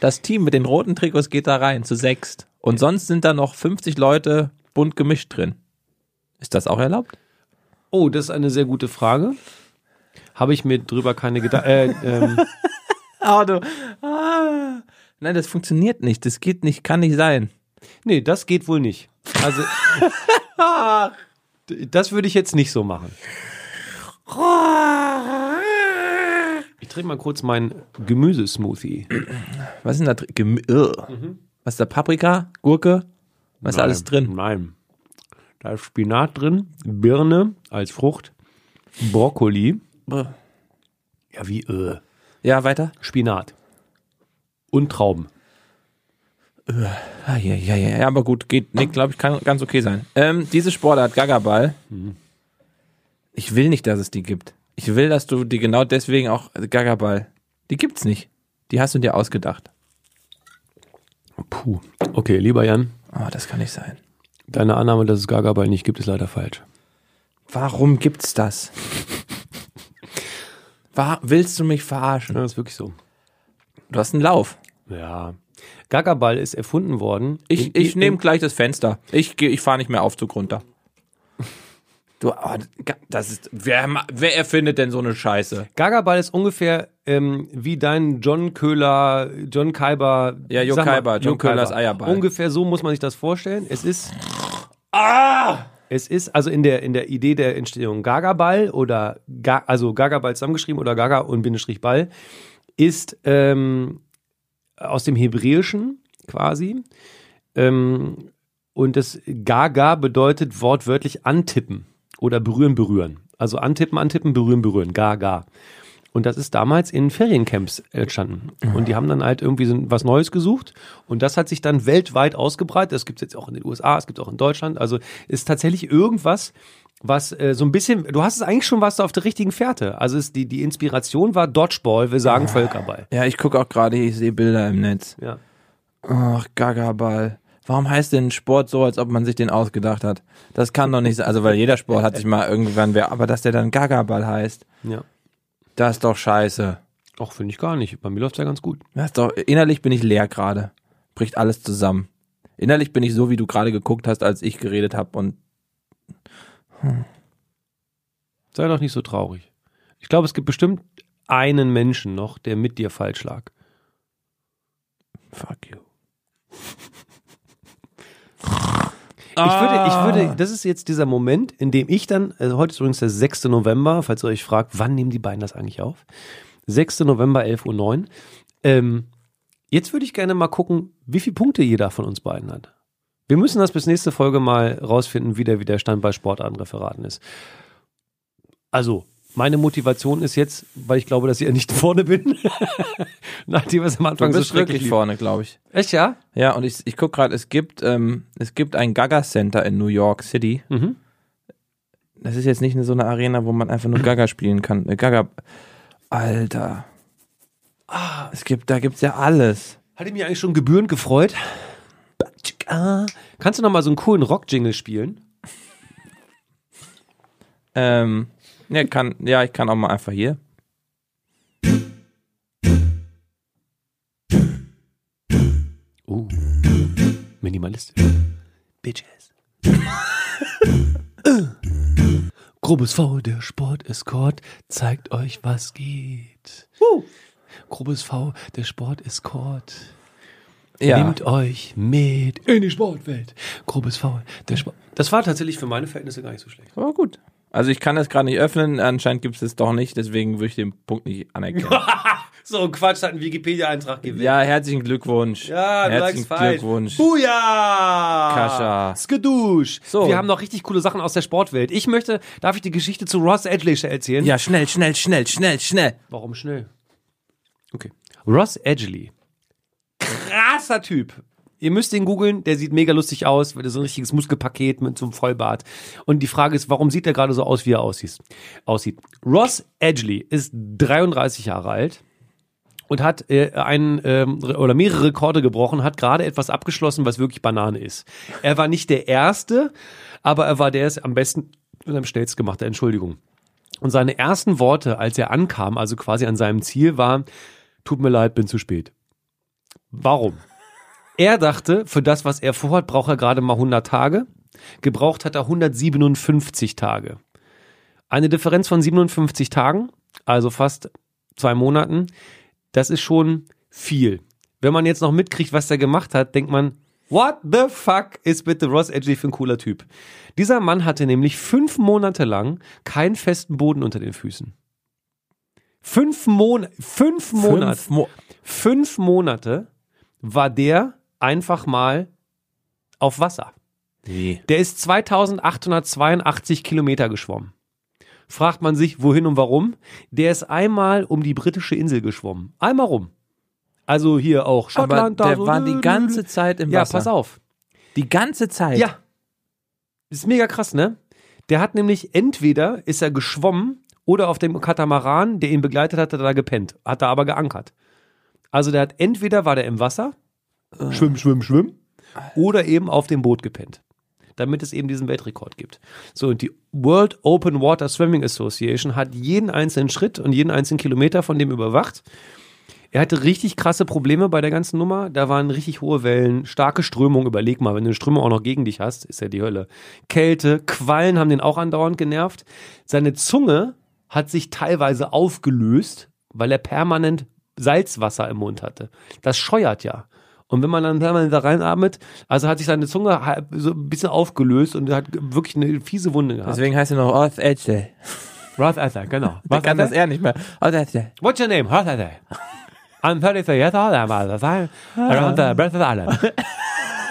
A: das Team mit den roten Trikots geht da rein, zu sechst. Und sonst sind da noch 50 Leute bunt gemischt drin. Ist das auch erlaubt?
B: Oh, das ist eine sehr gute Frage. Habe ich mir drüber keine Gedanken. Äh, ähm,
A: Ah, du. Nein, das funktioniert nicht. Das geht nicht, kann nicht sein.
B: Nee, das geht wohl nicht. Also, D- das würde ich jetzt nicht so machen. Ich trinke mal kurz meinen Gemüsesmoothie.
A: Was ist denn da drin? Gemü Ugh. Was ist da? Paprika? Gurke? Was ist da alles drin?
B: Nein. Da ist Spinat drin, Birne als Frucht, Brokkoli.
A: Brr.
B: Ja, wie äh,
A: Ja, weiter.
B: Spinat. Und Trauben.
A: Ah, ja, ja, ja, ja, aber gut, geht, nee, glaube ich, kann ganz okay sein. Ähm, diese Sportart, Gagaball, ich will nicht, dass es die gibt. Ich will, dass du die genau deswegen auch, also Gagaball, die gibt's nicht. Die hast du dir ausgedacht.
B: Puh. Okay, lieber Jan,
A: Oh, das kann nicht sein.
B: deine Annahme, dass es Gagaball nicht gibt, ist leider falsch.
A: Warum gibt's das? War, willst du mich verarschen?
B: Ja, ist wirklich so.
A: Du hast einen Lauf.
B: Ja. Gagaball ist erfunden worden.
A: Ich,
B: In-
A: ich
B: in-
A: nehme gleich das Fenster. Ich, geh- ich fahre nicht mehr Aufzug runter. Du, oh, das ist, wer, ma- wer erfindet denn so eine Scheiße?
B: Gagaball ist ungefähr ähm, wie dein John Köhler, John Kaiber.
A: Ja, Jo
B: sag mal,
A: Kaiber, John Köhlers Eierball.
B: Ungefähr so muss man sich das vorstellen. Es ist. Ah!
A: Ah!
B: Es ist also in der, in der Idee der Entstehung Gagaball oder Ga, also Gagaball zusammengeschrieben oder Gaga und Bindestrich Ball ist ähm, aus dem Hebräischen quasi. Ähm, und das Gaga bedeutet wortwörtlich antippen oder berühren, berühren. Also antippen, antippen, berühren, berühren. Gaga. Und das ist damals in Feriencamps äh, entstanden. Und die haben dann halt irgendwie so was Neues gesucht. Und das hat sich dann weltweit ausgebreitet. Das gibt es jetzt auch in den USA, es gibt auch in Deutschland. Also ist tatsächlich irgendwas, was äh, so ein bisschen, du hast es eigentlich schon, warst du auf der richtigen Fährte. Also ist die, die Inspiration war Dodgeball, wir sagen Völkerball.
A: Ja, ich gucke auch gerade, ich sehe Bilder im Netz.
B: Ja.
A: Ach, Gagaball. Warum heißt denn Sport so, als ob man sich den ausgedacht hat? Das kann doch nicht sein. Also, weil jeder Sport hat sich mal irgendwann wer, aber dass der dann Gagaball heißt,
B: Ja.
A: das ist doch scheiße.
B: Auch finde ich gar nicht. Bei mir läuft's ja ganz gut.
A: Das ist doch, innerlich bin ich leer gerade. Bricht alles zusammen. Innerlich bin ich so, wie du gerade geguckt hast, als ich geredet habe und
B: Sei doch nicht so traurig. Ich glaube, es gibt bestimmt einen Menschen noch, der mit dir falsch lag.
A: fuck you.
B: Ich würde, ich
A: Ah.
B: würde, das ist jetzt dieser Moment, in dem ich dann, also heute ist übrigens der 6. November, falls ihr euch fragt, wann nehmen die beiden das eigentlich auf? 6. November, 11.09 Uhr. Ähm, jetzt würde ich gerne mal gucken, wie viele Punkte jeder von uns beiden hat. Wir müssen das bis nächste Folge mal rausfinden, wie der Widerstand bei Sportartenreferaten ist. Also, meine Motivation ist jetzt, weil ich glaube, dass ich ja nicht vorne bin, nachdem es am
A: Du
B: Anfang so
A: bist
B: schrecklich
A: wirklich
B: lief.
A: vorne, glaube ich.
B: Echt, ja?
A: Ja, und ich, ich guck gerade, es gibt, ähm, es gibt ein Gaga Center in New York City.
B: Mhm.
A: Das ist jetzt nicht eine- so eine Arena, wo man einfach nur Gaga spielen kann. Äh, Gaga. Alter.
B: Ah.
A: Es gibt, da gibt's ja alles.
B: Hatte mich eigentlich schon gebührend gefreut. Kannst du noch mal so einen coolen Rock-Jingle spielen?
A: Ähm, ja, kann, ja, ich kann auch mal einfach hier.
B: Oh, Minimalist. Bitches. Grobes V, der Sport-Escort, zeigt euch, was geht. Grobes V, der Sport-Escort,
A: Ja.
B: nimmt euch mit in die Sportwelt. Grobes V, der Sport... Das war tatsächlich für meine Verhältnisse gar nicht so schlecht.
A: Aber gut. Also ich kann das gerade nicht öffnen, anscheinend gibt's es doch nicht, deswegen würde ich den Punkt nicht anerkennen.
B: So, ein Quatsch, hat ein Wikipedia-Eintrag gewählt.
A: ja, herzlichen Glückwunsch.
B: Ja, du
A: herzlichen
B: lagst falsch.
A: Glückwunsch.
B: Buja!
A: Kascha.
B: Skadoosh.
A: So.
B: Wir haben noch richtig coole Sachen aus der Sportwelt. Ich möchte, darf ich die Geschichte zu Ross Edgley erzählen?
A: Ja, schnell, schnell, schnell, schnell, schnell.
B: Warum schnell? Okay. Ross Edgley. Krasser Typ. Ihr müsst den googeln, der sieht mega lustig aus, weil das ist so ein richtiges Muskelpaket mit so einem Vollbart. Und die Frage ist, warum sieht er gerade so aus, wie er aussieht? aussieht. Ross Edgley ist 33 Jahre alt und hat äh, einen ähm, re- oder mehrere Rekorde gebrochen, hat gerade etwas abgeschlossen, was wirklich Banane ist. Er war nicht der Erste, aber er war der, der es am besten und am schnellsten gemacht hat. Entschuldigung. Und seine ersten Worte, als er ankam, also quasi an seinem Ziel, war, tut mir leid, bin zu spät. Warum? Er dachte, für das, was er vorhat, braucht er gerade mal 100 Tage. Gebraucht hat er 157 Tage. Eine Differenz von 57 Tagen, also fast zwei Monaten, das ist schon viel. wenn man jetzt noch mitkriegt, was der gemacht hat, denkt man, what the fuck ist bitte Ross Edgley für ein cooler Typ? Dieser Mann hatte nämlich fünf Monate lang keinen festen Boden unter den Füßen. Fünf, Mon fünf Monate.
A: Fünf Mo
B: fünf Monate war der einfach mal auf Wasser.
A: Wie?
B: Der ist 2882 Kilometer geschwommen. Fragt man sich, wohin und warum? Der ist einmal um die britische Insel geschwommen. Einmal rum. Also hier auch
A: Aber
B: Schottland. da
A: der
B: so-
A: war die ganze Zeit im
B: Ja,
A: Wasser.
B: pass auf.
A: Die ganze Zeit?
B: Ja. Ist mega krass, ne? Der hat nämlich entweder ist er geschwommen oder auf dem Katamaran, der ihn begleitet hat, hat er da gepennt. Hat er aber geankert. Also der hat entweder war der im Wasser, schwimm, schwimm, schwimm, oder eben auf dem Boot gepennt. Damit es eben diesen Weltrekord gibt. So, und die World Open Water Swimming Association hat jeden einzelnen Schritt und jeden einzelnen Kilometer von dem überwacht. Er hatte richtig krasse Probleme bei der ganzen Nummer. Da waren richtig hohe Wellen, starke Strömung. Überleg mal, wenn du eine Strömung auch noch gegen dich hast, ist ja die Hölle. Kälte, Quallen haben den auch andauernd genervt. Seine Zunge hat sich teilweise aufgelöst, weil er permanent Salzwasser im Mund hatte. Das scheuert ja. Und wenn man dann permanent da reinatmet, also hat sich seine Zunge halb- so ein bisschen aufgelöst und hat wirklich eine fiese Wunde gehabt.
A: Deswegen heißt er noch Ross Edgley.
B: Roth Ether, genau.
A: Man kann das er nicht mehr. Ross Edgley.
B: What's your name? How's that day? I'm 33 years old, I'm out of time. Around the Breath of Island. Ah.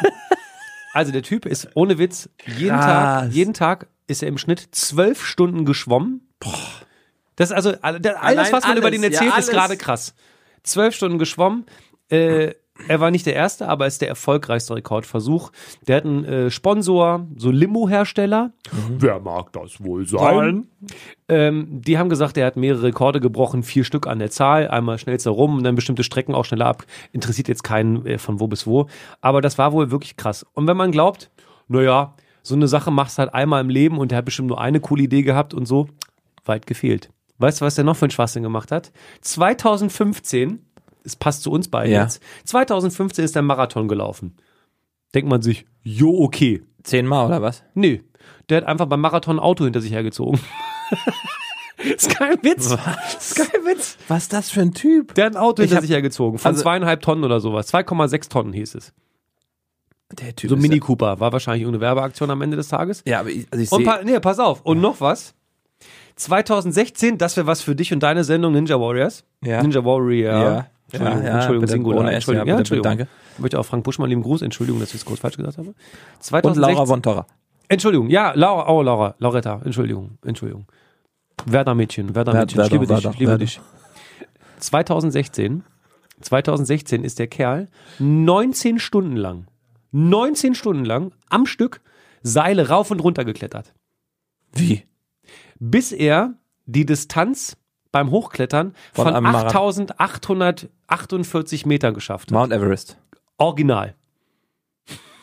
B: Also der Typ ist ohne Witz jeden
A: Krass.
B: Tag, jeden Tag ist er im Schnitt zwölf Stunden geschwommen. Boah. Das ist also all- das- alles,
A: Allein
B: was man über
A: alles,
B: den erzählt,
A: ja, alles.
B: ist gerade krass. Zwölf Stunden geschwommen. Äh, er war nicht der erste, aber ist der erfolgreichste Rekordversuch. Der hat einen äh, Sponsor, so Limo-Hersteller. Wer mag das wohl sein? Ähm, die haben gesagt, er hat mehrere Rekorde gebrochen, vier Stück an der Zahl, einmal schnellster rum und dann bestimmte Strecken auch schneller ab. Interessiert jetzt keinen äh, von wo bis wo. Aber das war wohl wirklich krass. Und wenn man glaubt, naja, so eine Sache machst du halt einmal im Leben und der hat bestimmt nur eine coole Idee gehabt und so, weit gefehlt. Weißt du, was der noch für einen Schwachsinn gemacht hat? 2015, es passt zu uns beiden
A: Ja.
B: jetzt, 2015 ist der Marathon gelaufen. Denkt man sich, jo, okay.
A: Zehnmal oder was?
B: Nee, der hat einfach beim Marathon ein Auto hinter sich hergezogen. ist kein Witz. Ist kein Witz.
A: Was ist das für ein Typ?
B: Der hat ein Auto
A: Ich
B: hinter
A: hab-
B: sich hergezogen. Von
A: also-
B: zweieinhalb Tonnen oder sowas. 2,6 Tonnen hieß es.
A: Der Typ
B: So
A: ist-
B: Mini Cooper. War wahrscheinlich irgendeine Werbeaktion am Ende des Tages.
A: Ja, aber ich, also ich
B: Und
A: sehe...
B: pa nee, pass auf. Und noch was. 2016, das wäre was für dich und deine Sendung Ninja Warriors.
A: Ja.
B: Ninja Warrior.
A: Ja.
B: Entschuldigung,
A: Ja, ja,
B: Entschuldigung
A: bitte,
B: Singular.
A: ohne S, ja,
B: Entschuldigung,
A: bitte,
B: Entschuldigung.
A: danke.
B: Ich möchte auch Frank Buschmann lieben Gruß. Entschuldigung, dass ich es kurz falsch gesagt habe.
A: Und Laura
B: 2016
A: von Torra.
B: Entschuldigung, ja, Laura, oh Laura, Lauretta, Entschuldigung, Entschuldigung. Werder Mädchen, Werder
A: Wer-
B: Mädchen, ich liebe
A: Werder,
B: dich, ich liebe
A: Werder.
B: dich. 2016, 2016 ist der Kerl 19 Stunden lang, 19 Stunden lang am Stück Seile rauf und runter geklettert,
A: Wie?
B: bis er die Distanz beim Hochklettern
A: Von
B: von,
A: einem Marathon.
B: 8848 Meter geschafft hat.
A: Mount Everest.
B: Original.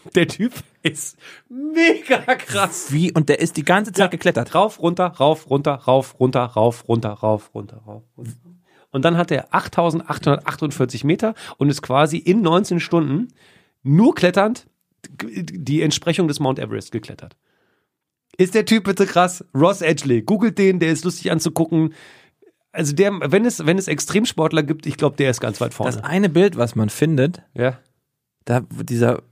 B: Der Typ ist mega krass.
A: Wie? Und der ist die ganze Zeit geklettert.
B: Rauf, runter, rauf, runter, rauf, runter, rauf, runter, rauf, runter, rauf, runter. Und dann hat er 8848 Meter und ist quasi in 19 Stunden nur kletternd die Entsprechung des Mount Everest geklettert. Ist der Typ bitte krass? Ross Edgley. Googelt den, der ist lustig anzugucken. Also der, wenn es, wenn es Extremsportler gibt, ich glaube, der ist ganz weit
A: Das
B: vorne.
A: eine Bild, was man findet,
B: ja.
A: da dieser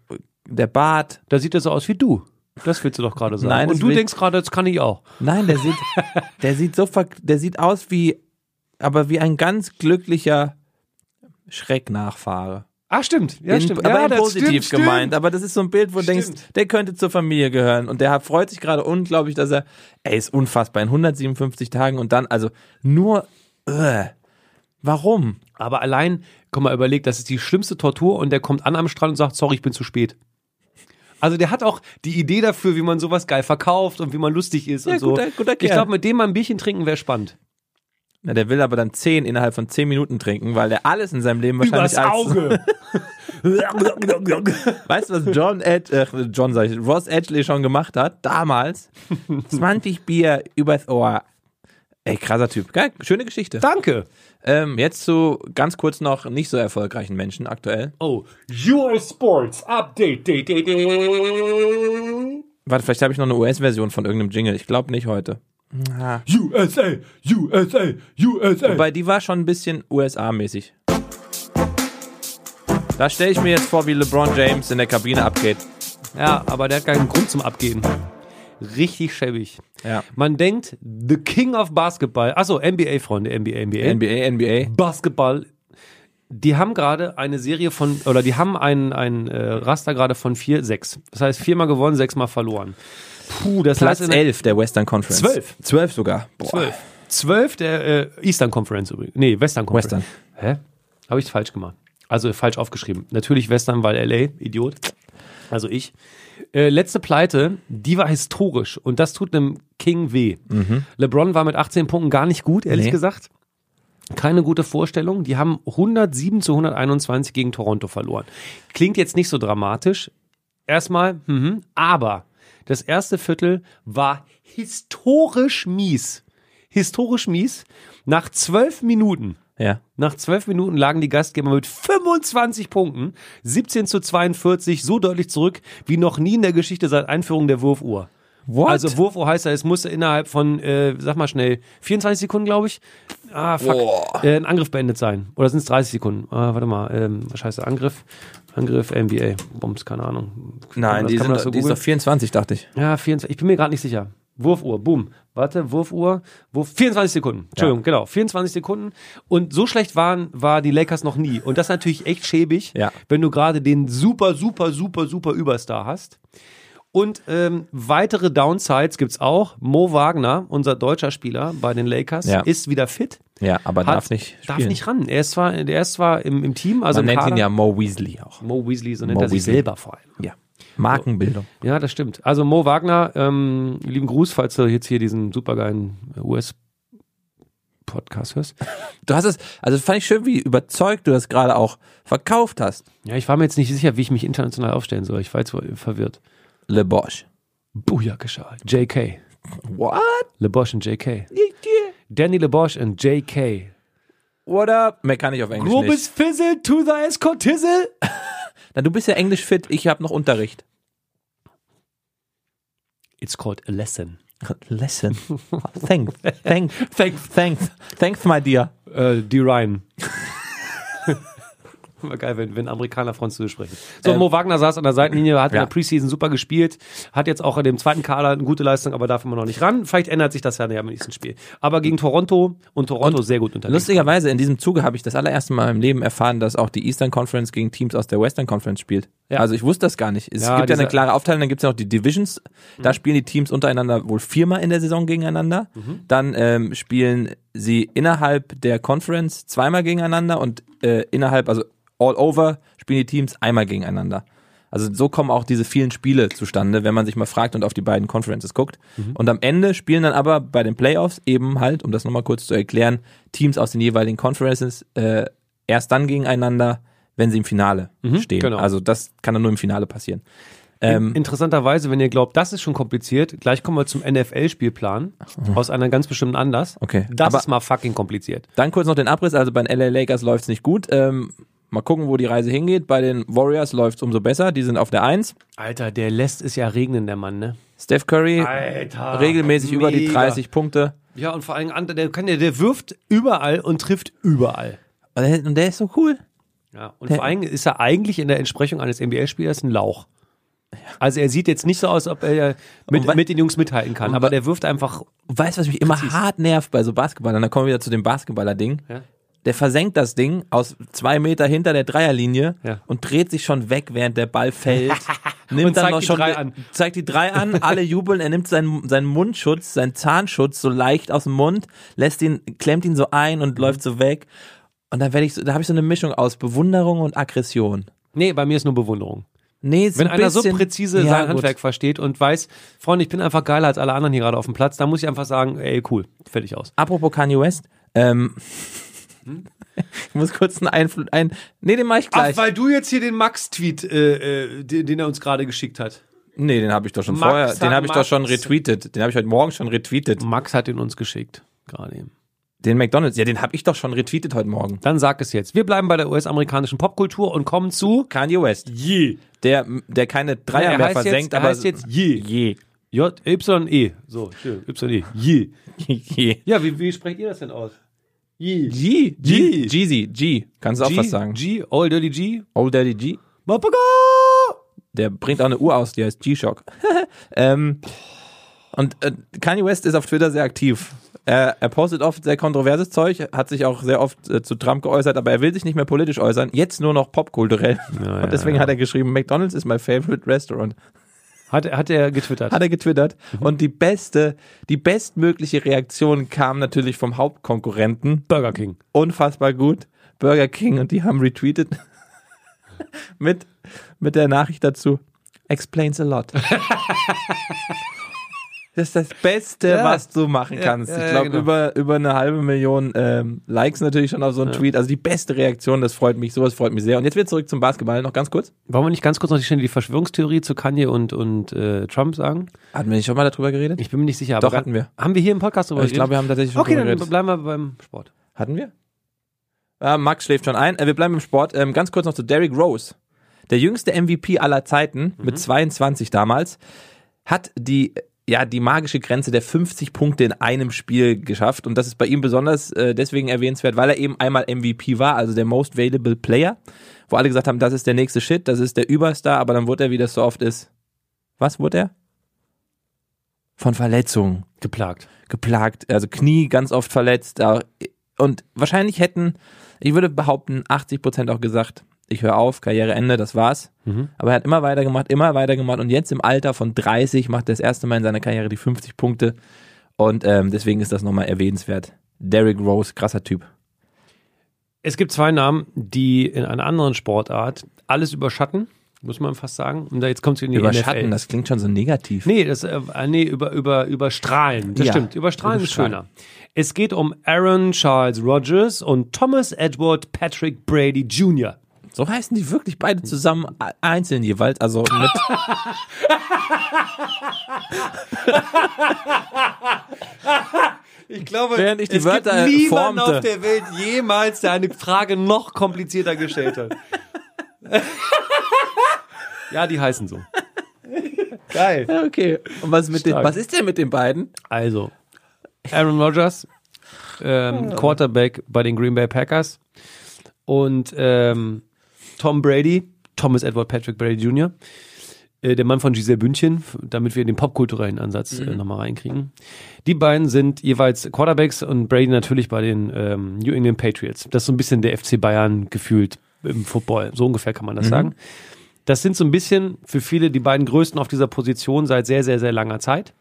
A: der Bart.
B: Da sieht er so aus wie du. Das willst du doch gerade sagen.
A: Nein, das
B: und du
A: will-
B: denkst gerade, das kann ich auch.
A: Nein, der sieht der sieht so ver der sieht aus wie aber wie ein ganz glücklicher Schrecknachfahre.
B: Ah, stimmt. Ja,
A: in,
B: stimmt.
A: Aber
B: ja,
A: in
B: das
A: positiv
B: stimmt, stimmt.
A: gemeint. Aber das ist so ein Bild, wo du
B: Stimmt.
A: denkst, der könnte zur Familie gehören. Und der hat- freut sich gerade unglaublich, dass er, ey, ist unfassbar, in 157 Tagen und dann, also nur, äh, warum?
B: Aber allein, komm mal, überleg, das ist die schlimmste Tortur und der kommt an am Strand und sagt, sorry, ich bin zu spät. Also der hat auch die Idee dafür, wie man sowas geil verkauft und wie man lustig ist
A: Ja,
B: und so.
A: guter- guter
B: ich
A: Kerl.
B: glaube, mit dem mal ein Bierchen trinken wäre spannend.
A: Na, der will aber dann 10 innerhalb von 10 Minuten trinken, weil der alles in seinem Leben wahrscheinlich als... Weißt du, was John Ed, äh, John sag ich, Ross Edgley schon gemacht hat? Damals. 20 Bier übers Ohr. Ey, krasser Typ. Geil, schöne Geschichte.
B: Danke.
A: Ähm, jetzt zu ganz kurz noch nicht so erfolgreichen Menschen aktuell.
B: Oh,
C: Eurosports Update. Date, date, date.
A: Warte, vielleicht habe ich noch eine US-Version von irgendeinem Jingle. Ich glaube nicht heute.
C: USA, USA, USA.
A: Wobei die war schon ein bisschen USA-mäßig. Da stelle ich mir jetzt vor, wie LeBron James in der Kabine abgeht.
B: Ja, aber der hat keinen Grund zum Abgehen. Richtig schäbig.
A: Ja.
B: Man denkt, the King of Basketball. Achso, NBA, Freunde, NBA, NBA.
A: NBA, NBA.
B: Basketball. Die haben gerade eine Serie von, oder die haben einen, einen äh, Raster gerade von 4, 6. Das heißt, viermal gewonnen, sechsmal verloren. Puh, das
A: Platz
B: heißt in der-
A: 11 der Western Conference.
B: Zwölf.
A: Zwölf sogar. Boah.
B: Zwölf. Zwölf der äh, Eastern Conference übrigens. Nee, Western Conference. Hä? Habe ich falsch gemacht. Also falsch aufgeschrieben. Natürlich Western, weil LA, Idiot. Also ich. Äh, letzte Pleite, die war historisch und das tut einem King weh. LeBron war mit 18 Punkten gar nicht gut, ehrlich
A: Nee.
B: gesagt. Keine gute Vorstellung. Die haben 107 zu 121 gegen Toronto verloren. Klingt jetzt nicht so dramatisch. Erstmal, mhm, aber das erste Viertel war historisch mies. Historisch mies. Nach zwölf Minuten
A: Ja.
B: nach zwölf Minuten lagen die Gastgeber mit 25 Punkten, 17 zu 42, so deutlich zurück wie noch nie in der Geschichte seit Einführung der Wurfuhr.
A: What?
B: Also Wurfuhr heißt ja, es musste innerhalb von, äh, sag mal schnell, 24 Sekunden, glaube ich, ah, fuck, äh, ein Angriff beendet sein. Oder sind es 30 Sekunden? Ah, warte mal, ähm, scheiße, Angriff, Angriff, NBA, Bombs, keine Ahnung. Kann man
A: Nein,
B: das-
A: die,
B: kann
A: sind,
B: man das
A: doch- die ist
B: googeln?
A: doch 24, dachte ich.
B: Ja, 24. Ich bin mir gerade nicht sicher. Wurfuhr, boom. Warte, Wurfuhr, Wurf, 24 Sekunden. Entschuldigung, genau, 24 Sekunden. Und so schlecht waren war die Lakers noch nie. Und das ist natürlich echt schäbig,
A: Ja.
B: wenn du gerade den super, super, super, super Überstar hast. Und ähm, weitere Downsides gibt's auch. Mo Wagner, unser deutscher Spieler bei den Lakers,
A: Ja.
B: ist wieder fit.
A: Ja, aber
B: Hat-
A: darf nicht spielen.
B: darf nicht ran. Er ist zwar, er ist zwar im, im Team, also
A: Man
B: im
A: nennt
B: Kader.
A: ihn ja Mo Weasley auch.
B: Mo Weasley, so nennt
A: Mo
B: er sich
A: Weasley.
B: selber vor allem.
A: Ja. Markenbildung.
B: Ja, das stimmt. Also Mo Wagner, ähm, lieben Gruß, falls du jetzt hier diesen supergeilen US-Podcast hörst.
A: Du hast es, also fand ich schön, wie überzeugt du das gerade auch verkauft hast.
B: Ja, ich war mir jetzt nicht sicher, wie ich mich international aufstellen soll. Ich war jetzt verwirrt.
A: Le Bosch.
B: Booyakasha, JK.
A: What?
B: LeBosch und JK. Danny LeBosch und JK.
A: What up? Mehr kann ich auf Englisch
B: Grobes Fizzle to the Escortizzle.
A: nicht. Na, du bist ja Englisch fit, ich habe noch Unterricht.
B: It's called a lesson.
A: Lesson. Thanks. Thanks. Thanks. Thanks. Thanks, my dear.
B: Äh, die Ryan. War geil, wenn, wenn Amerikaner Französisch sprechen. So, Mo Wagner saß an der Seitenlinie, hat
A: Ja.
B: in der Preseason super gespielt, hat jetzt auch in dem zweiten Kader eine gute Leistung, aber darf immer noch nicht ran. Vielleicht ändert sich das ja im nächsten Spiel. Aber gegen Toronto und Toronto sehr gut unterwegs.
A: Lustigerweise, in diesem Zuge habe ich das allererste Mal im Leben erfahren, dass auch die Eastern Conference gegen Teams aus der Western Conference spielt.
B: Ja.
A: Also ich wusste das gar nicht. Es
B: Ja,
A: gibt ja
B: diese- Mhm.
A: eine klare Aufteilung, dann gibt es ja noch die Divisions. Da spielen die Teams untereinander wohl viermal in der Saison gegeneinander.
B: Mhm.
A: Dann ähm, spielen sie innerhalb der Conference zweimal gegeneinander und äh, innerhalb, also all over, spielen die Teams einmal gegeneinander. Also so kommen auch diese vielen Spiele zustande, wenn man sich mal fragt und auf die beiden Conferences guckt.
B: Mhm.
A: Und am Ende spielen dann aber bei den Playoffs eben halt, um das nochmal kurz zu erklären, Teams aus den jeweiligen Conferences äh, erst dann gegeneinander, wenn sie im Finale stehen.
B: genau.
A: Also das kann dann nur im Finale passieren. Ähm,
B: Interessanterweise, wenn ihr glaubt, das ist schon kompliziert, gleich kommen wir zum NFL-Spielplan aus einer ganz bestimmten Anlass.
A: Okay.
B: Das
A: Aber-
B: ist mal fucking kompliziert.
A: dann kurz noch den Abriss. Also bei den LA Lakers läuft's nicht gut. Ähm, mal gucken, wo die Reise hingeht. Bei den Warriors läuft's umso besser. Die sind auf der Eins.
B: Alter, der lässt es ja regnen, der Mann, ne?
A: Steph Curry
B: Alter.
A: regelmäßig über die
B: mega.
A: 30 Punkte.
B: Ja, und vor allem, andere, der, kann, ja- der wirft überall und trifft überall.
A: Und der, und der ist so cool.
B: Ja, und vor allem ist er eigentlich in der Entsprechung eines NBA-Spielers ein Lauch. Also er sieht jetzt nicht so aus, ob er mit,
A: Und wa-
B: mit den Jungs mithalten kann,
A: Und
B: aber
A: wa-
B: der wirft einfach.
A: Und weißt du, was mich immer hart nervt bei so Basketballern? Da kommen wir wieder zu dem Basketballer-Ding. Der versenkt das Ding aus zwei Meter hinter der Dreierlinie
B: Ja.
A: und dreht sich schon weg, während der Ball fällt. nimmt
B: Und zeigt die drei an.
A: Zeigt die drei an, alle jubeln, er nimmt seinen, seinen Mundschutz, seinen Zahnschutz so leicht aus dem Mund, lässt ihn, klemmt ihn so ein
B: Mhm.
A: und läuft so weg. Und dann werde ich so, da habe ich so eine Mischung aus Bewunderung und Aggression.
B: Nee, bei mir ist nur Bewunderung.
A: Nee, ist
B: Wenn
A: ein
B: einer so
A: bisschen-
B: präzise
A: Ja,
B: sein
A: gut.
B: Handwerk versteht und weiß, Freunde, ich bin einfach geiler als alle anderen hier gerade auf dem Platz, dann muss ich einfach sagen, ey, cool, fertig aus.
A: Apropos Kanye West, ähm,
B: Hm?
A: ich muss kurz einen Einfluss ein. Nee, den mach ich gleich.
B: du jetzt hier den Max-Tweet, äh, den, er uns gerade geschickt hat.
A: nee, den habe ich doch schon
B: Max
A: vorher,
B: hat-
A: den habe ich doch
B: Max-
A: schon retweetet. Den habe ich heute morgen schon retweetet.
B: Max hat ihn uns geschickt, gerade eben.
A: Den McDonald's, ja, den habe ich doch schon retweetet heute morgen.
B: Dann sag es jetzt. Wir bleiben bei der US-amerikanischen Popkultur und kommen zu
A: Kanye West,
B: Je.
A: der der keine Dreier
B: er
A: mehr
B: heißt jetzt-
A: versenkt,
B: er
A: aber
B: heißt jetzt Je.
A: je.
B: J-Y-E. E. So, schön. E. Y-E. Je.
A: je.
B: Ja, wie, wie sprecht ihr das denn aus?
A: G. G.
B: G.
A: Jeezy. G. Kannst du auch
B: G,
A: was sagen?
B: G, All Dirty G.
A: Old Daddy G.
B: Mapaka!
A: Der bringt auch eine Uhr aus, die heißt G-Shock. ähm, und äh, Kanye West ist auf Twitter sehr aktiv. Er, er postet oft sehr kontroverses Zeug, hat sich auch sehr oft äh, zu Trump geäußert, aber er will sich nicht mehr politisch äußern, jetzt nur noch popkulturell.
B: ja,
A: und deswegen
B: ja.
A: hat er geschrieben, McDonald's is my favorite restaurant.
B: Hat, er- hat er getwittert.
A: Hat er getwittert.
B: Mhm.
A: Und die beste, die bestmögliche Reaktion kam natürlich vom Hauptkonkurrenten,
B: Burger King.
A: unfassbar gut. Burger King und die haben retweetet mit, mit der Nachricht dazu. Explains a lot. Das ist das Beste,
B: Ja.
A: was du machen kannst.
B: ja, ja,
A: ich glaube,
B: genau.
A: über, über eine halbe Million ähm, Likes natürlich schon auf so einen Tweet. Also die beste Reaktion, das freut mich, sowas freut mich sehr. Und jetzt wieder zurück zum Basketball, noch ganz kurz.
B: Wollen wir nicht ganz kurz noch die, schnell die Verschwörungstheorie zu Kanye und, und äh, Trump sagen?
A: Hatten wir nicht schon mal darüber geredet?
B: Ich bin mir nicht sicher.
A: Doch, hatten wir. Äh,
B: Haben wir hier im Podcast drüber
A: Ich glaube, wir haben tatsächlich schon
B: Okay,
A: drüber
B: dann
A: geredet.
B: bleiben wir beim Sport.
A: Hatten wir? Ah, Max schläft schon ein. Äh, wir bleiben im Sport. Ähm, ganz kurz noch zu Derrick Rose. Der jüngste MVP aller Zeiten, mit 22 damals, hat die, äh, ja, die magische Grenze der 50 Punkte in einem Spiel geschafft. Und das ist bei ihm besonders äh, deswegen erwähnenswert, weil er eben einmal MVP war, also der Most Valuable Player, wo alle gesagt haben, das ist der nächste Shit, das ist der Überstar, aber dann wurde er, wie das so oft ist. Was wurde er? Von Verletzungen
B: Geplagt.
A: geplagt, also Knie ganz oft verletzt. äh, Und wahrscheinlich hätten, ich würde behaupten, 80 Prozent auch gesagt, ich höre auf, Karriereende, das war's. Aber er hat immer weitergemacht, immer weitergemacht und jetzt im Alter von 30 macht er das erste Mal in seiner Karriere die 50 Punkte. Und ähm, deswegen ist das nochmal erwähnenswert. Derrick Rose, krasser Typ.
B: Es gibt zwei Namen, die in einer anderen Sportart alles überschatten, muss man fast sagen. Und da jetzt kommt sie in die
A: Überschatten,
B: NFL.
A: das klingt schon so negativ.
B: Nee, das, äh, äh, nee, über, über, überstrahlen. Das
A: Ja,
B: stimmt. Überstrahlen ist
A: überstrahlen.
B: schöner. Es geht um Aaron Charles Rogers und Thomas Edward Patrick Brady Jr.
A: So heißen die wirklich beide zusammen, a- einzeln jeweils, also mit.
B: Ich glaube,
A: Während ich die
B: es
A: Wörter
B: gibt niemanden
A: formte.
B: auf der Welt jemals, der eine Frage noch komplizierter gestellt hat. ja, die heißen so. Geil.
A: Okay. Und was mit den,
B: Stark.
A: was ist denn mit den beiden?
B: Also, Aaron Rodgers, ähm, Quarterback bei den Green Bay Packers und ähm, Tom Brady, Thomas Edward Patrick Brady Jr., äh, der Mann von Giselle Bündchen, f- damit wir den popkulturellen Ansatz äh, nochmal reinkriegen. Die beiden sind jeweils Quarterbacks und Brady natürlich bei den ähm, New England Patriots. Das ist so ein bisschen der FC Bayern gefühlt im Football. So ungefähr kann man das sagen. Das sind so ein bisschen für viele die beiden größten auf dieser Position seit sehr, sehr, sehr langer Zeit.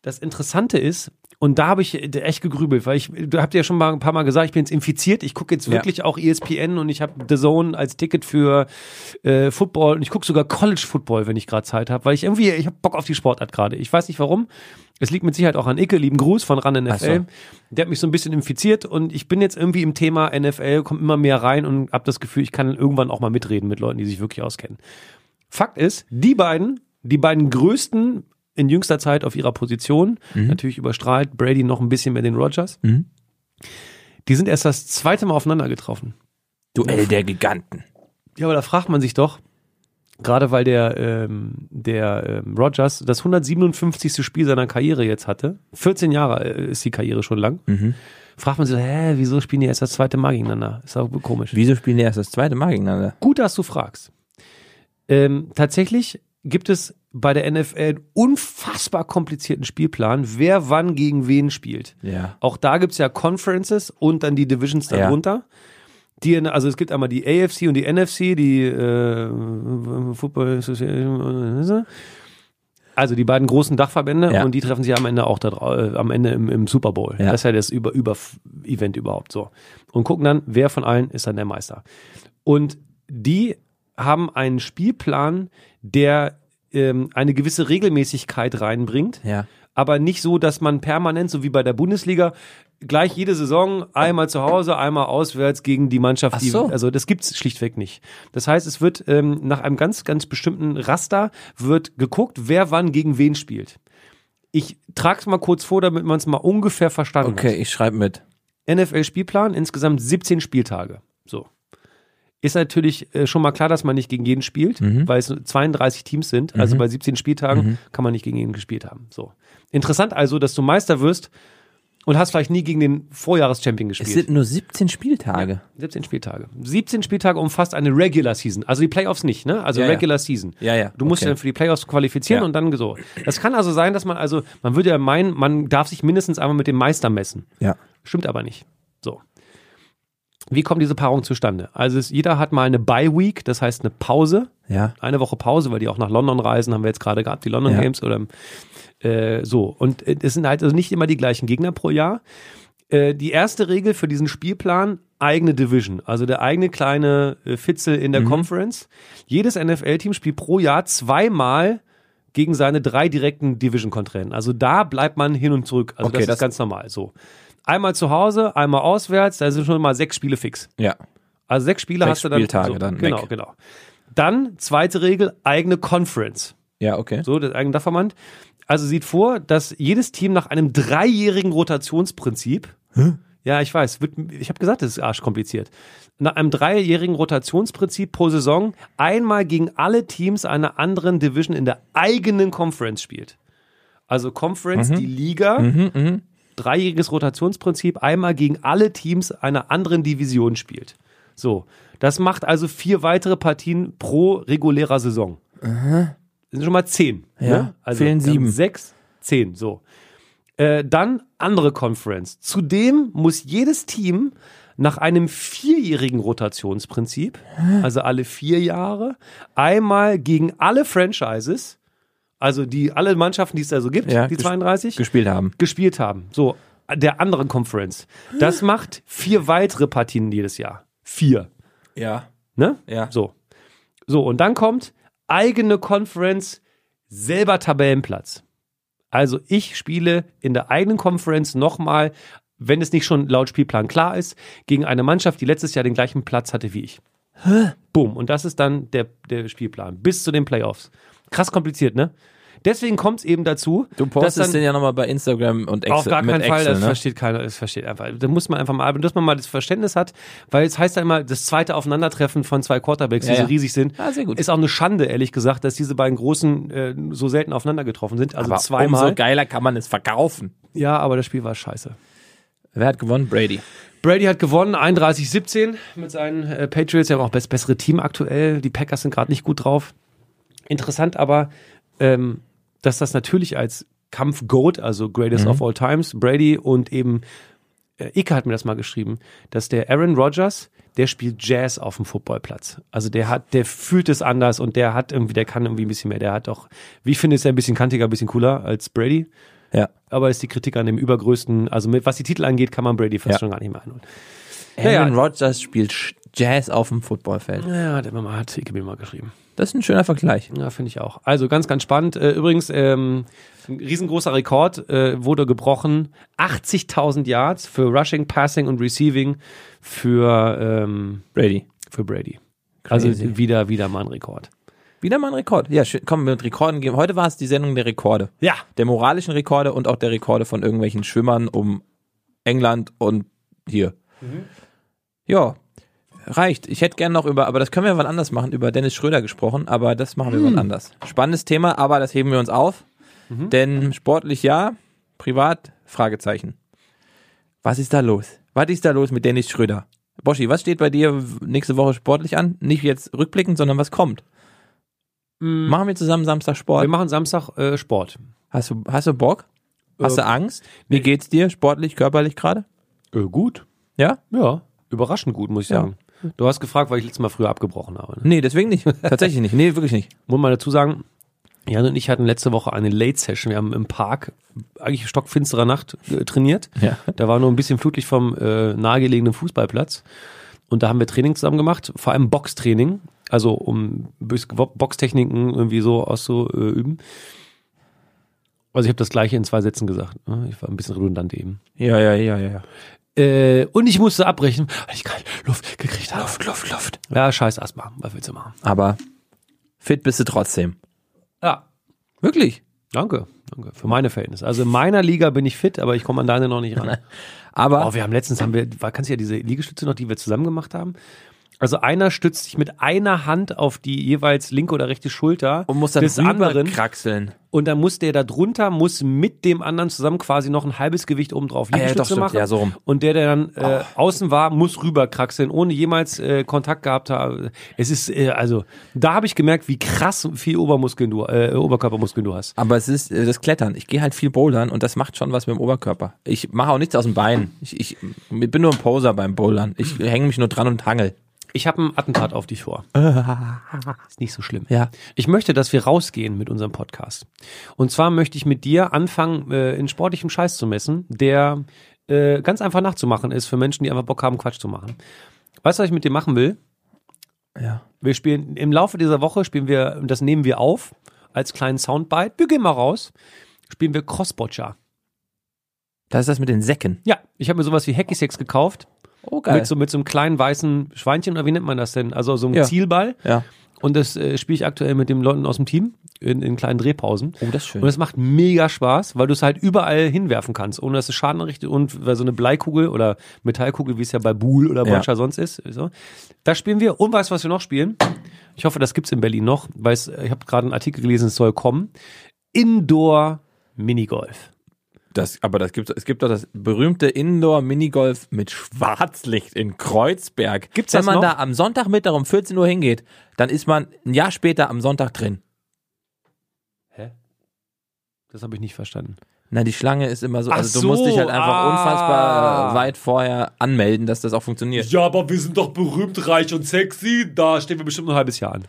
B: Das Interessante ist, und da habe ich äh, echt gegrübelt, weil ich, du habt ja schon mal ein paar Mal gesagt, ich bin jetzt infiziert, ich gucke jetzt wirklich auch E ESPN und ich habe The Zone als Ticket für äh, Football und ich gucke sogar College Football, wenn ich gerade Zeit habe, weil ich irgendwie, ich habe Bock auf die Sportart gerade. Ich weiß nicht warum. Es liegt mit Sicherheit auch an Icke, lieben Gruß von RAN NFL.
A: so.
B: Der hat mich so ein bisschen infiziert und ich bin jetzt irgendwie im Thema NFL, kommt immer mehr rein und habe das Gefühl, ich kann irgendwann auch mal mitreden mit Leuten, die sich wirklich auskennen. Fakt ist, die beiden, die beiden größten in jüngster Zeit auf ihrer Position, natürlich überstrahlt Brady noch ein bisschen mehr den Rogers.
A: Mhm.
B: Die sind erst das zweite Mal aufeinander getroffen.
A: Duell der Giganten.
B: Ja, aber da fragt man sich doch, gerade weil der, ähm, der ähm, Rogers das 157. Spiel seiner Karriere jetzt hatte, 14 Jahre äh, ist die Karriere schon lang, fragt man sich, hä, wieso spielen die erst das zweite Mal gegeneinander? Ist auch komisch.
A: Wieso spielen die erst das zweite Mal gegeneinander?
B: Gut, dass du fragst. Ähm, tatsächlich gibt es bei der NFL einen unfassbar komplizierten Spielplan, wer wann gegen wen spielt.
A: Ja.
B: Auch da gibt es ja Conferences und dann die Divisions
A: Ja.
B: darunter. Die, in- also es gibt einmal die AFC und die NFC, die äh, Football Association. äh, Also die beiden großen Dachverbände
A: Ja.
B: und die treffen sich am Ende auch da, drau- äh, am Ende im, im Super Bowl.
A: Ja.
B: Das ist ja das über, über Event überhaupt so. Und gucken dann, wer von allen ist dann der Meister. Und die haben einen Spielplan, der ähm, eine gewisse Regelmäßigkeit reinbringt
A: Ja.
B: aber nicht so, dass man permanent, so wie bei der Bundesliga, gleich jede Saison einmal zu Hause, einmal auswärts gegen die Mannschaft.
A: Ach so.
B: Die, also das gibt's schlichtweg nicht. Das heißt, es wird ähm, nach einem ganz, ganz bestimmten Raster wird geguckt, wer wann gegen wen spielt. Ich trage es mal kurz vor, damit man es mal ungefähr verstanden hat.
A: Okay, ich schreibe mit.
B: NFL-Spielplan, insgesamt 17 Spieltage. So. Ist natürlich äh, schon mal klar, dass man nicht gegen jeden spielt,
A: Mhm.
B: weil es 32 Teams sind. Also bei 17 Spieltagen kann man nicht gegen jeden gespielt haben. So. Interessant also, dass du Meister wirst und hast vielleicht nie gegen den Vorjahreschampion gespielt.
A: Es sind nur 17 Spieltage.
B: 17 Spieltage. 17 Spieltage umfasst eine Regular Season, also die Playoffs nicht, ne? Also
A: Ja, ja.
B: Regular Season.
A: Ja, ja,
B: Du musst
A: okay.
B: dich dann für die Playoffs qualifizieren
A: Ja.
B: und dann so. Das kann also sein, dass man also, man würde ja meinen, man darf sich mindestens einmal mit dem Meister messen.
A: Ja.
B: Stimmt aber nicht. So. Wie kommt diese Paarung zustande? Also es, jeder hat mal eine Bye Week, das heißt eine Pause,
A: Ja.
B: eine Woche Pause, weil die auch nach London reisen, haben wir jetzt gerade gehabt, die London
A: Ja.
B: Games oder äh, so. Und äh, es sind halt also nicht immer die gleichen Gegner pro Jahr. Äh, die erste Regel für diesen Spielplan, eigene Division, also der eigene kleine äh, Fitzel in der
A: Mhm.
B: Conference. Jedes NFL-Team spielt pro Jahr zweimal gegen seine drei direkten Division-Kontrahenten. Also da bleibt man hin und zurück. Also
A: Okay,
B: das,
A: das-
B: ist ganz normal so. Einmal zu Hause, einmal auswärts, da sind schon mal sechs Spiele fix.
A: Ja.
B: Also sechs Spiele
A: Sechs
B: hast du dann.
A: Spieltage
B: so,
A: dann
B: Genau,
A: weg.
B: genau. Dann zweite Regel, eigene Conference.
A: Ja, okay.
B: So, das eigene Dachverband. Also sieht vor, dass jedes Team nach einem dreijährigen Rotationsprinzip. Ja, ich weiß, wird, ich habe gesagt, das ist arschkompliziert. Nach einem dreijährigen Rotationsprinzip pro Saison einmal gegen alle Teams einer anderen Division in der eigenen Conference spielt. Also Conference,
A: Mhm.
B: die Liga, dreijähriges Rotationsprinzip einmal gegen alle Teams einer anderen Division spielt. So, das macht also vier weitere Partien pro regulärer Saison. Das sind schon mal zehn.
A: Ja,
B: ne?
A: fehlen
B: wir haben
A: sieben.
B: Sechs, zehn, so. Äh, dann andere Conference. Zudem muss jedes Team nach einem vierjährigen Rotationsprinzip, also alle vier Jahre, einmal gegen alle Franchises, also die alle Mannschaften, die es da so gibt,
A: Ja,
B: die
A: ges-
B: 32,
A: Gespielt haben.
B: gespielt haben. So, der anderen Conference. Das macht vier weitere Partien jedes Jahr. Vier.
A: Ja.
B: Ne?
A: Ja.
B: So. So, und dann kommt eigene Conference, selber Tabellenplatz. Also ich spiele in der eigenen Conference nochmal, wenn es nicht schon laut Spielplan klar ist, gegen eine Mannschaft, die letztes Jahr den gleichen Platz hatte wie ich. Boom. Und das ist dann der, der Spielplan bis zu den Playoffs. Krass kompliziert, ne? Deswegen kommt es eben dazu,
A: Du
B: dass
A: postest
B: dann
A: den ja nochmal bei Instagram und Excel.
B: auf gar
A: mit
B: keinen Fall,
A: Excel,
B: das
A: ne?
B: versteht keiner, das versteht einfach. Da muss man einfach mal, dass man mal das Verständnis hat, weil es heißt ja immer, das zweite Aufeinandertreffen von zwei Quarterbacks, die
A: Ja,
B: so
A: ja.
B: riesig sind,
A: Ah, sehr gut.
B: ist auch eine Schande, ehrlich gesagt, dass diese beiden Großen äh, so selten aufeinander getroffen sind. Also
A: Aber
B: zweimal.
A: umso geiler kann man es verkaufen.
B: ja, aber das Spiel war scheiße.
A: Wer hat gewonnen? Brady.
B: Brady hat gewonnen, 31-17 mit seinen äh, Patriots. Sie haben auch das bessere Team aktuell. Die Packers sind gerade nicht gut drauf. Interessant aber, ähm, dass das natürlich als Kampf-Goat, also Greatest of All Times, Brady und eben äh, Ike hat mir das mal geschrieben, dass der Aaron Rodgers, der spielt Jazz auf dem Footballplatz. Also der hat, der fühlt es anders und der hat irgendwie, der kann irgendwie ein bisschen mehr. Der hat auch, wie ich finde, ist er ein bisschen kantiger, ein bisschen cooler als Brady
A: Ja.
B: aber ist die Kritik an dem übergrößten, also mit, was die Titel angeht, kann man Brady fast
A: Ja.
B: schon gar nicht mehr einholen. Naja.
A: Aaron Rodgers spielt Sch- Jazz auf dem Footballfeld.
B: Ja, hat, immer, hat Ike mir mal geschrieben.
A: Das ist ein schöner Vergleich.
B: Ja, finde ich auch. Also ganz, ganz spannend. Äh, Übrigens, ähm, ein riesengroßer Rekord äh, wurde gebrochen. 80.000 Yards für Rushing, Passing und Receiving für, ähm,
A: Brady.
B: für Brady.
A: Crazy.
B: Also wieder, wieder mal ein Rekord.
A: Wieder mal ein Rekord. Ja, schön. komm, mit Rekorden gehen. Heute war es die Sendung der Rekorde.
B: Ja.
A: Der moralischen Rekorde und auch der Rekorde von irgendwelchen Schwimmern um England und hier. Ja, reicht. Ich hätte gern noch über, aber das können wir wann anders machen, über Dennis Schröder gesprochen, aber das machen wir wann anders. Spannendes Thema, aber das heben wir uns auf. Denn sportlich ja, privat, Fragezeichen. Was ist da los? Was ist da los mit Dennis Schröder? Boschi, was steht bei dir nächste Woche sportlich an? Nicht jetzt rückblickend, sondern was kommt? Machen wir zusammen Samstag Sport.
B: Wir machen Samstag äh, Sport.
A: Hast du, hast du Bock? Hast du
B: Ähm,
A: Angst? Wie geht's dir sportlich, körperlich gerade?
B: Äh, gut.
A: Ja?
B: Ja. Überraschend gut, muss ich
A: Ja.
B: sagen. Du hast gefragt, weil ich letztes Mal früher abgebrochen habe. Ne?
A: Nee, deswegen nicht. Tatsächlich nicht. Nee, wirklich nicht.
B: Muss man dazu sagen, Jan und ich hatten letzte Woche eine Late-Session. Wir haben im Park, eigentlich stockfinsterer Nacht, äh, trainiert.
A: Ja.
B: Da war nur ein bisschen Flutlicht vom äh, nahegelegenen Fußballplatz. Und da haben wir Training zusammen gemacht, vor allem Boxtraining. Also um Bus- Boxtechniken irgendwie so auszuüben. Also ich habe das gleiche in zwei Sätzen gesagt. ne? Ich war ein bisschen redundant eben.
A: Ja, ja, ja, ja. ja.
B: Äh, und ich musste abbrechen, weil ich keine Luft gekriegt habe. Luft, Luft, Luft. Ja, scheiß Asthma. Was willst du machen?
A: Aber fit bist du trotzdem.
B: Ja,
A: Wirklich.
B: Danke, danke. Für meine Verhältnisse. Also in meiner Liga bin ich fit, aber ich komme an deine noch nicht ran.
A: Aber
B: Oh, wir haben letztens, haben wir, war- kannst du ja diese Liegestütze noch, die wir zusammen gemacht haben? Also einer stützt sich mit einer Hand auf die jeweils linke oder rechte Schulter
A: Und muss dann
B: des anderen
A: kraxeln.
B: und dann muss der da drunter muss mit dem anderen zusammen quasi noch ein halbes Gewicht oben drauf
A: Ah, ja,
B: Liegestütze
A: doch, stimmt.
B: machen.
A: Ja, so rum. Oh.
B: Und der, der dann äh, außen war, muss rüberkraxeln, ohne jemals äh, Kontakt gehabt zu haben. Es ist äh, also da habe ich gemerkt, wie krass viel Obermuskeln du äh, Oberkörpermuskeln du hast.
A: Aber es ist äh, das Klettern. Ich gehe halt viel Bouldern und das macht schon was mit dem Oberkörper. Ich mache auch nichts aus dem Bein. Ich, ich, ich bin nur ein Poser beim Bouldern. Ich hänge mich nur dran und hangel.
B: Ich habe ein Attentat auf dich vor. Ist nicht so schlimm.
A: Ja.
B: Ich möchte, dass wir rausgehen mit unserem Podcast. Und zwar möchte ich mit dir anfangen, äh, in sportlichem Scheiß zu messen, der äh, ganz einfach nachzumachen ist für Menschen, die einfach Bock haben, Quatsch zu machen. Weißt du, was ich mit dir machen will?
A: Ja.
B: Wir spielen im Laufe dieser Woche spielen wir, das nehmen wir auf als kleinen Soundbite. Wir gehen mal raus. Spielen wir Crossbotcher.
A: Das ist das mit den Säcken.
B: Ja, ich habe mir sowas wie Hacky Sacks gekauft
A: Oh,
B: mit so mit so einem kleinen weißen Schweinchen oder wie nennt man das denn? Also so einem
A: Ja.
B: Zielball.
A: ja.
B: Und das äh, spiele ich aktuell mit den Leuten aus dem Team in, in kleinen Drehpausen.
A: Oh, das ist schön.
B: Und es macht mega Spaß, weil du es halt überall hinwerfen kannst, ohne dass es Schaden anrichtet und weil so eine Bleikugel oder Metallkugel, wie es ja bei Buhl oder
A: Ja.
B: Boccia sonst ist. So. Das spielen wir. Und weißt du, was wir noch spielen? Ich hoffe, das gibt's in Berlin noch, weil es, äh, ich habe gerade einen Artikel gelesen, es soll kommen. Indoor Minigolf.
A: Das, aber das gibt, es gibt doch das berühmte Indoor-Minigolf mit Schwarzlicht in Kreuzberg.
B: Gibt's
A: Wenn
B: das
A: man
B: noch?
A: da am Sonntagmittag um 14 Uhr hingeht, dann ist man ein Jahr später am Sonntag drin.
B: Das habe ich nicht verstanden.
A: Na, die Schlange ist immer so,
B: Ach
A: also du
B: so,
A: musst dich halt einfach
B: ah.
A: unfassbar weit vorher anmelden, dass das auch funktioniert.
B: Ja, aber wir sind doch berühmt, reich und sexy. Da stehen wir bestimmt ein halbes Jahr an.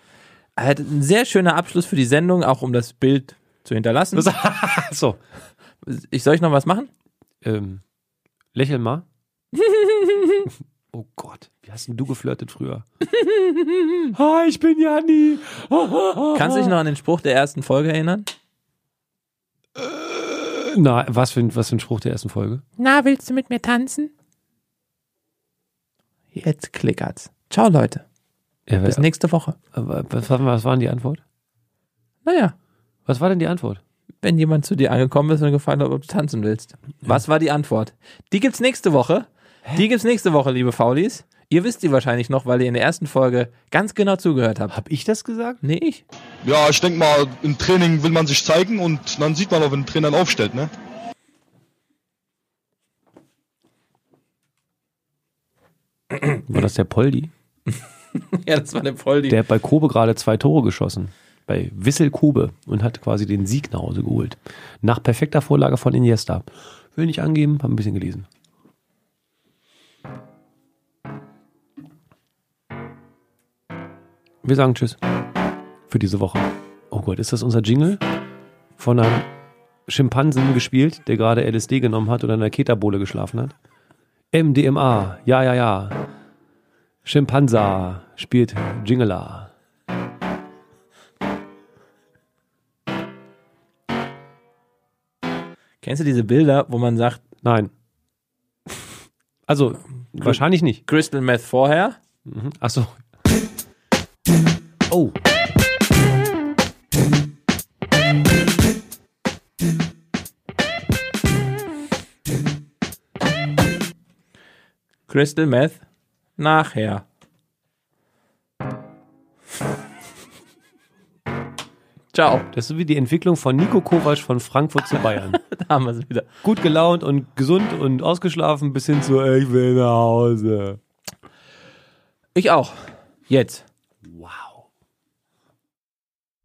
A: Halt ein sehr schöner Abschluss für die Sendung, auch um das Bild zu hinterlassen.
B: so,
A: Ich soll ich noch was machen?
B: ähm, lächel mal. Oh Gott, wie hast denn du geflirtet früher? Hi, ich bin Janni.
A: Kannst du dich noch an den Spruch der ersten Folge erinnern?
B: Äh, Na, was für, ein- was für ein Spruch der ersten Folge?
A: Na, willst du mit mir tanzen? Jetzt klickert's. Ciao, Leute.
B: Ja,
A: Bis nächste Woche.
B: Äh, was, war- was war denn die Antwort?
A: Naja.
B: Was war denn die Antwort?
A: wenn jemand zu dir angekommen ist und gefragt hat, ob du tanzen willst. Was war die Antwort? Die gibt's nächste Woche. Die gibt's nächste Woche, liebe Faulis. Ihr wisst die wahrscheinlich noch, weil ihr in der ersten Folge ganz genau zugehört habt.
B: Hab ich das gesagt?
A: Nee, ich.
F: Ja, ich denke mal, im Training will man sich zeigen und dann sieht man auch, wenn ein Trainer ihn aufstellt, ne?
B: War das der Poldi?
A: Ja, das war der Poldi.
B: Der hat bei Kobe gerade zwei Tore geschossen. Bei Wissel Kobe und hat quasi den Sieg nach Hause geholt. Nach perfekter Vorlage von Iniesta. Will nicht angeben, hab ein bisschen gelesen. Wir sagen Tschüss für diese Woche. Oh Gott, ist das unser Jingle? Von einem Schimpansen gespielt, der gerade LSD genommen hat oder in einer Ketabole geschlafen hat. MDMA, ja, ja, ja. Schimpansa spielt Jingela.
A: Kennst du diese Bilder, wo man sagt,
B: Nein. Also, wahrscheinlich nicht. Hm?
A: Crystal Meth vorher?
B: Achso. Oh.
A: Crystal Meth nachher. Ciao,
B: Das ist wie die Entwicklung von Nico Kovac von Frankfurt zu Bayern.
A: da haben wir's wieder.
B: Gut gelaunt und gesund und ausgeschlafen bis hin zu Ich will nach Hause.
A: Ich auch. Jetzt.
B: Wow.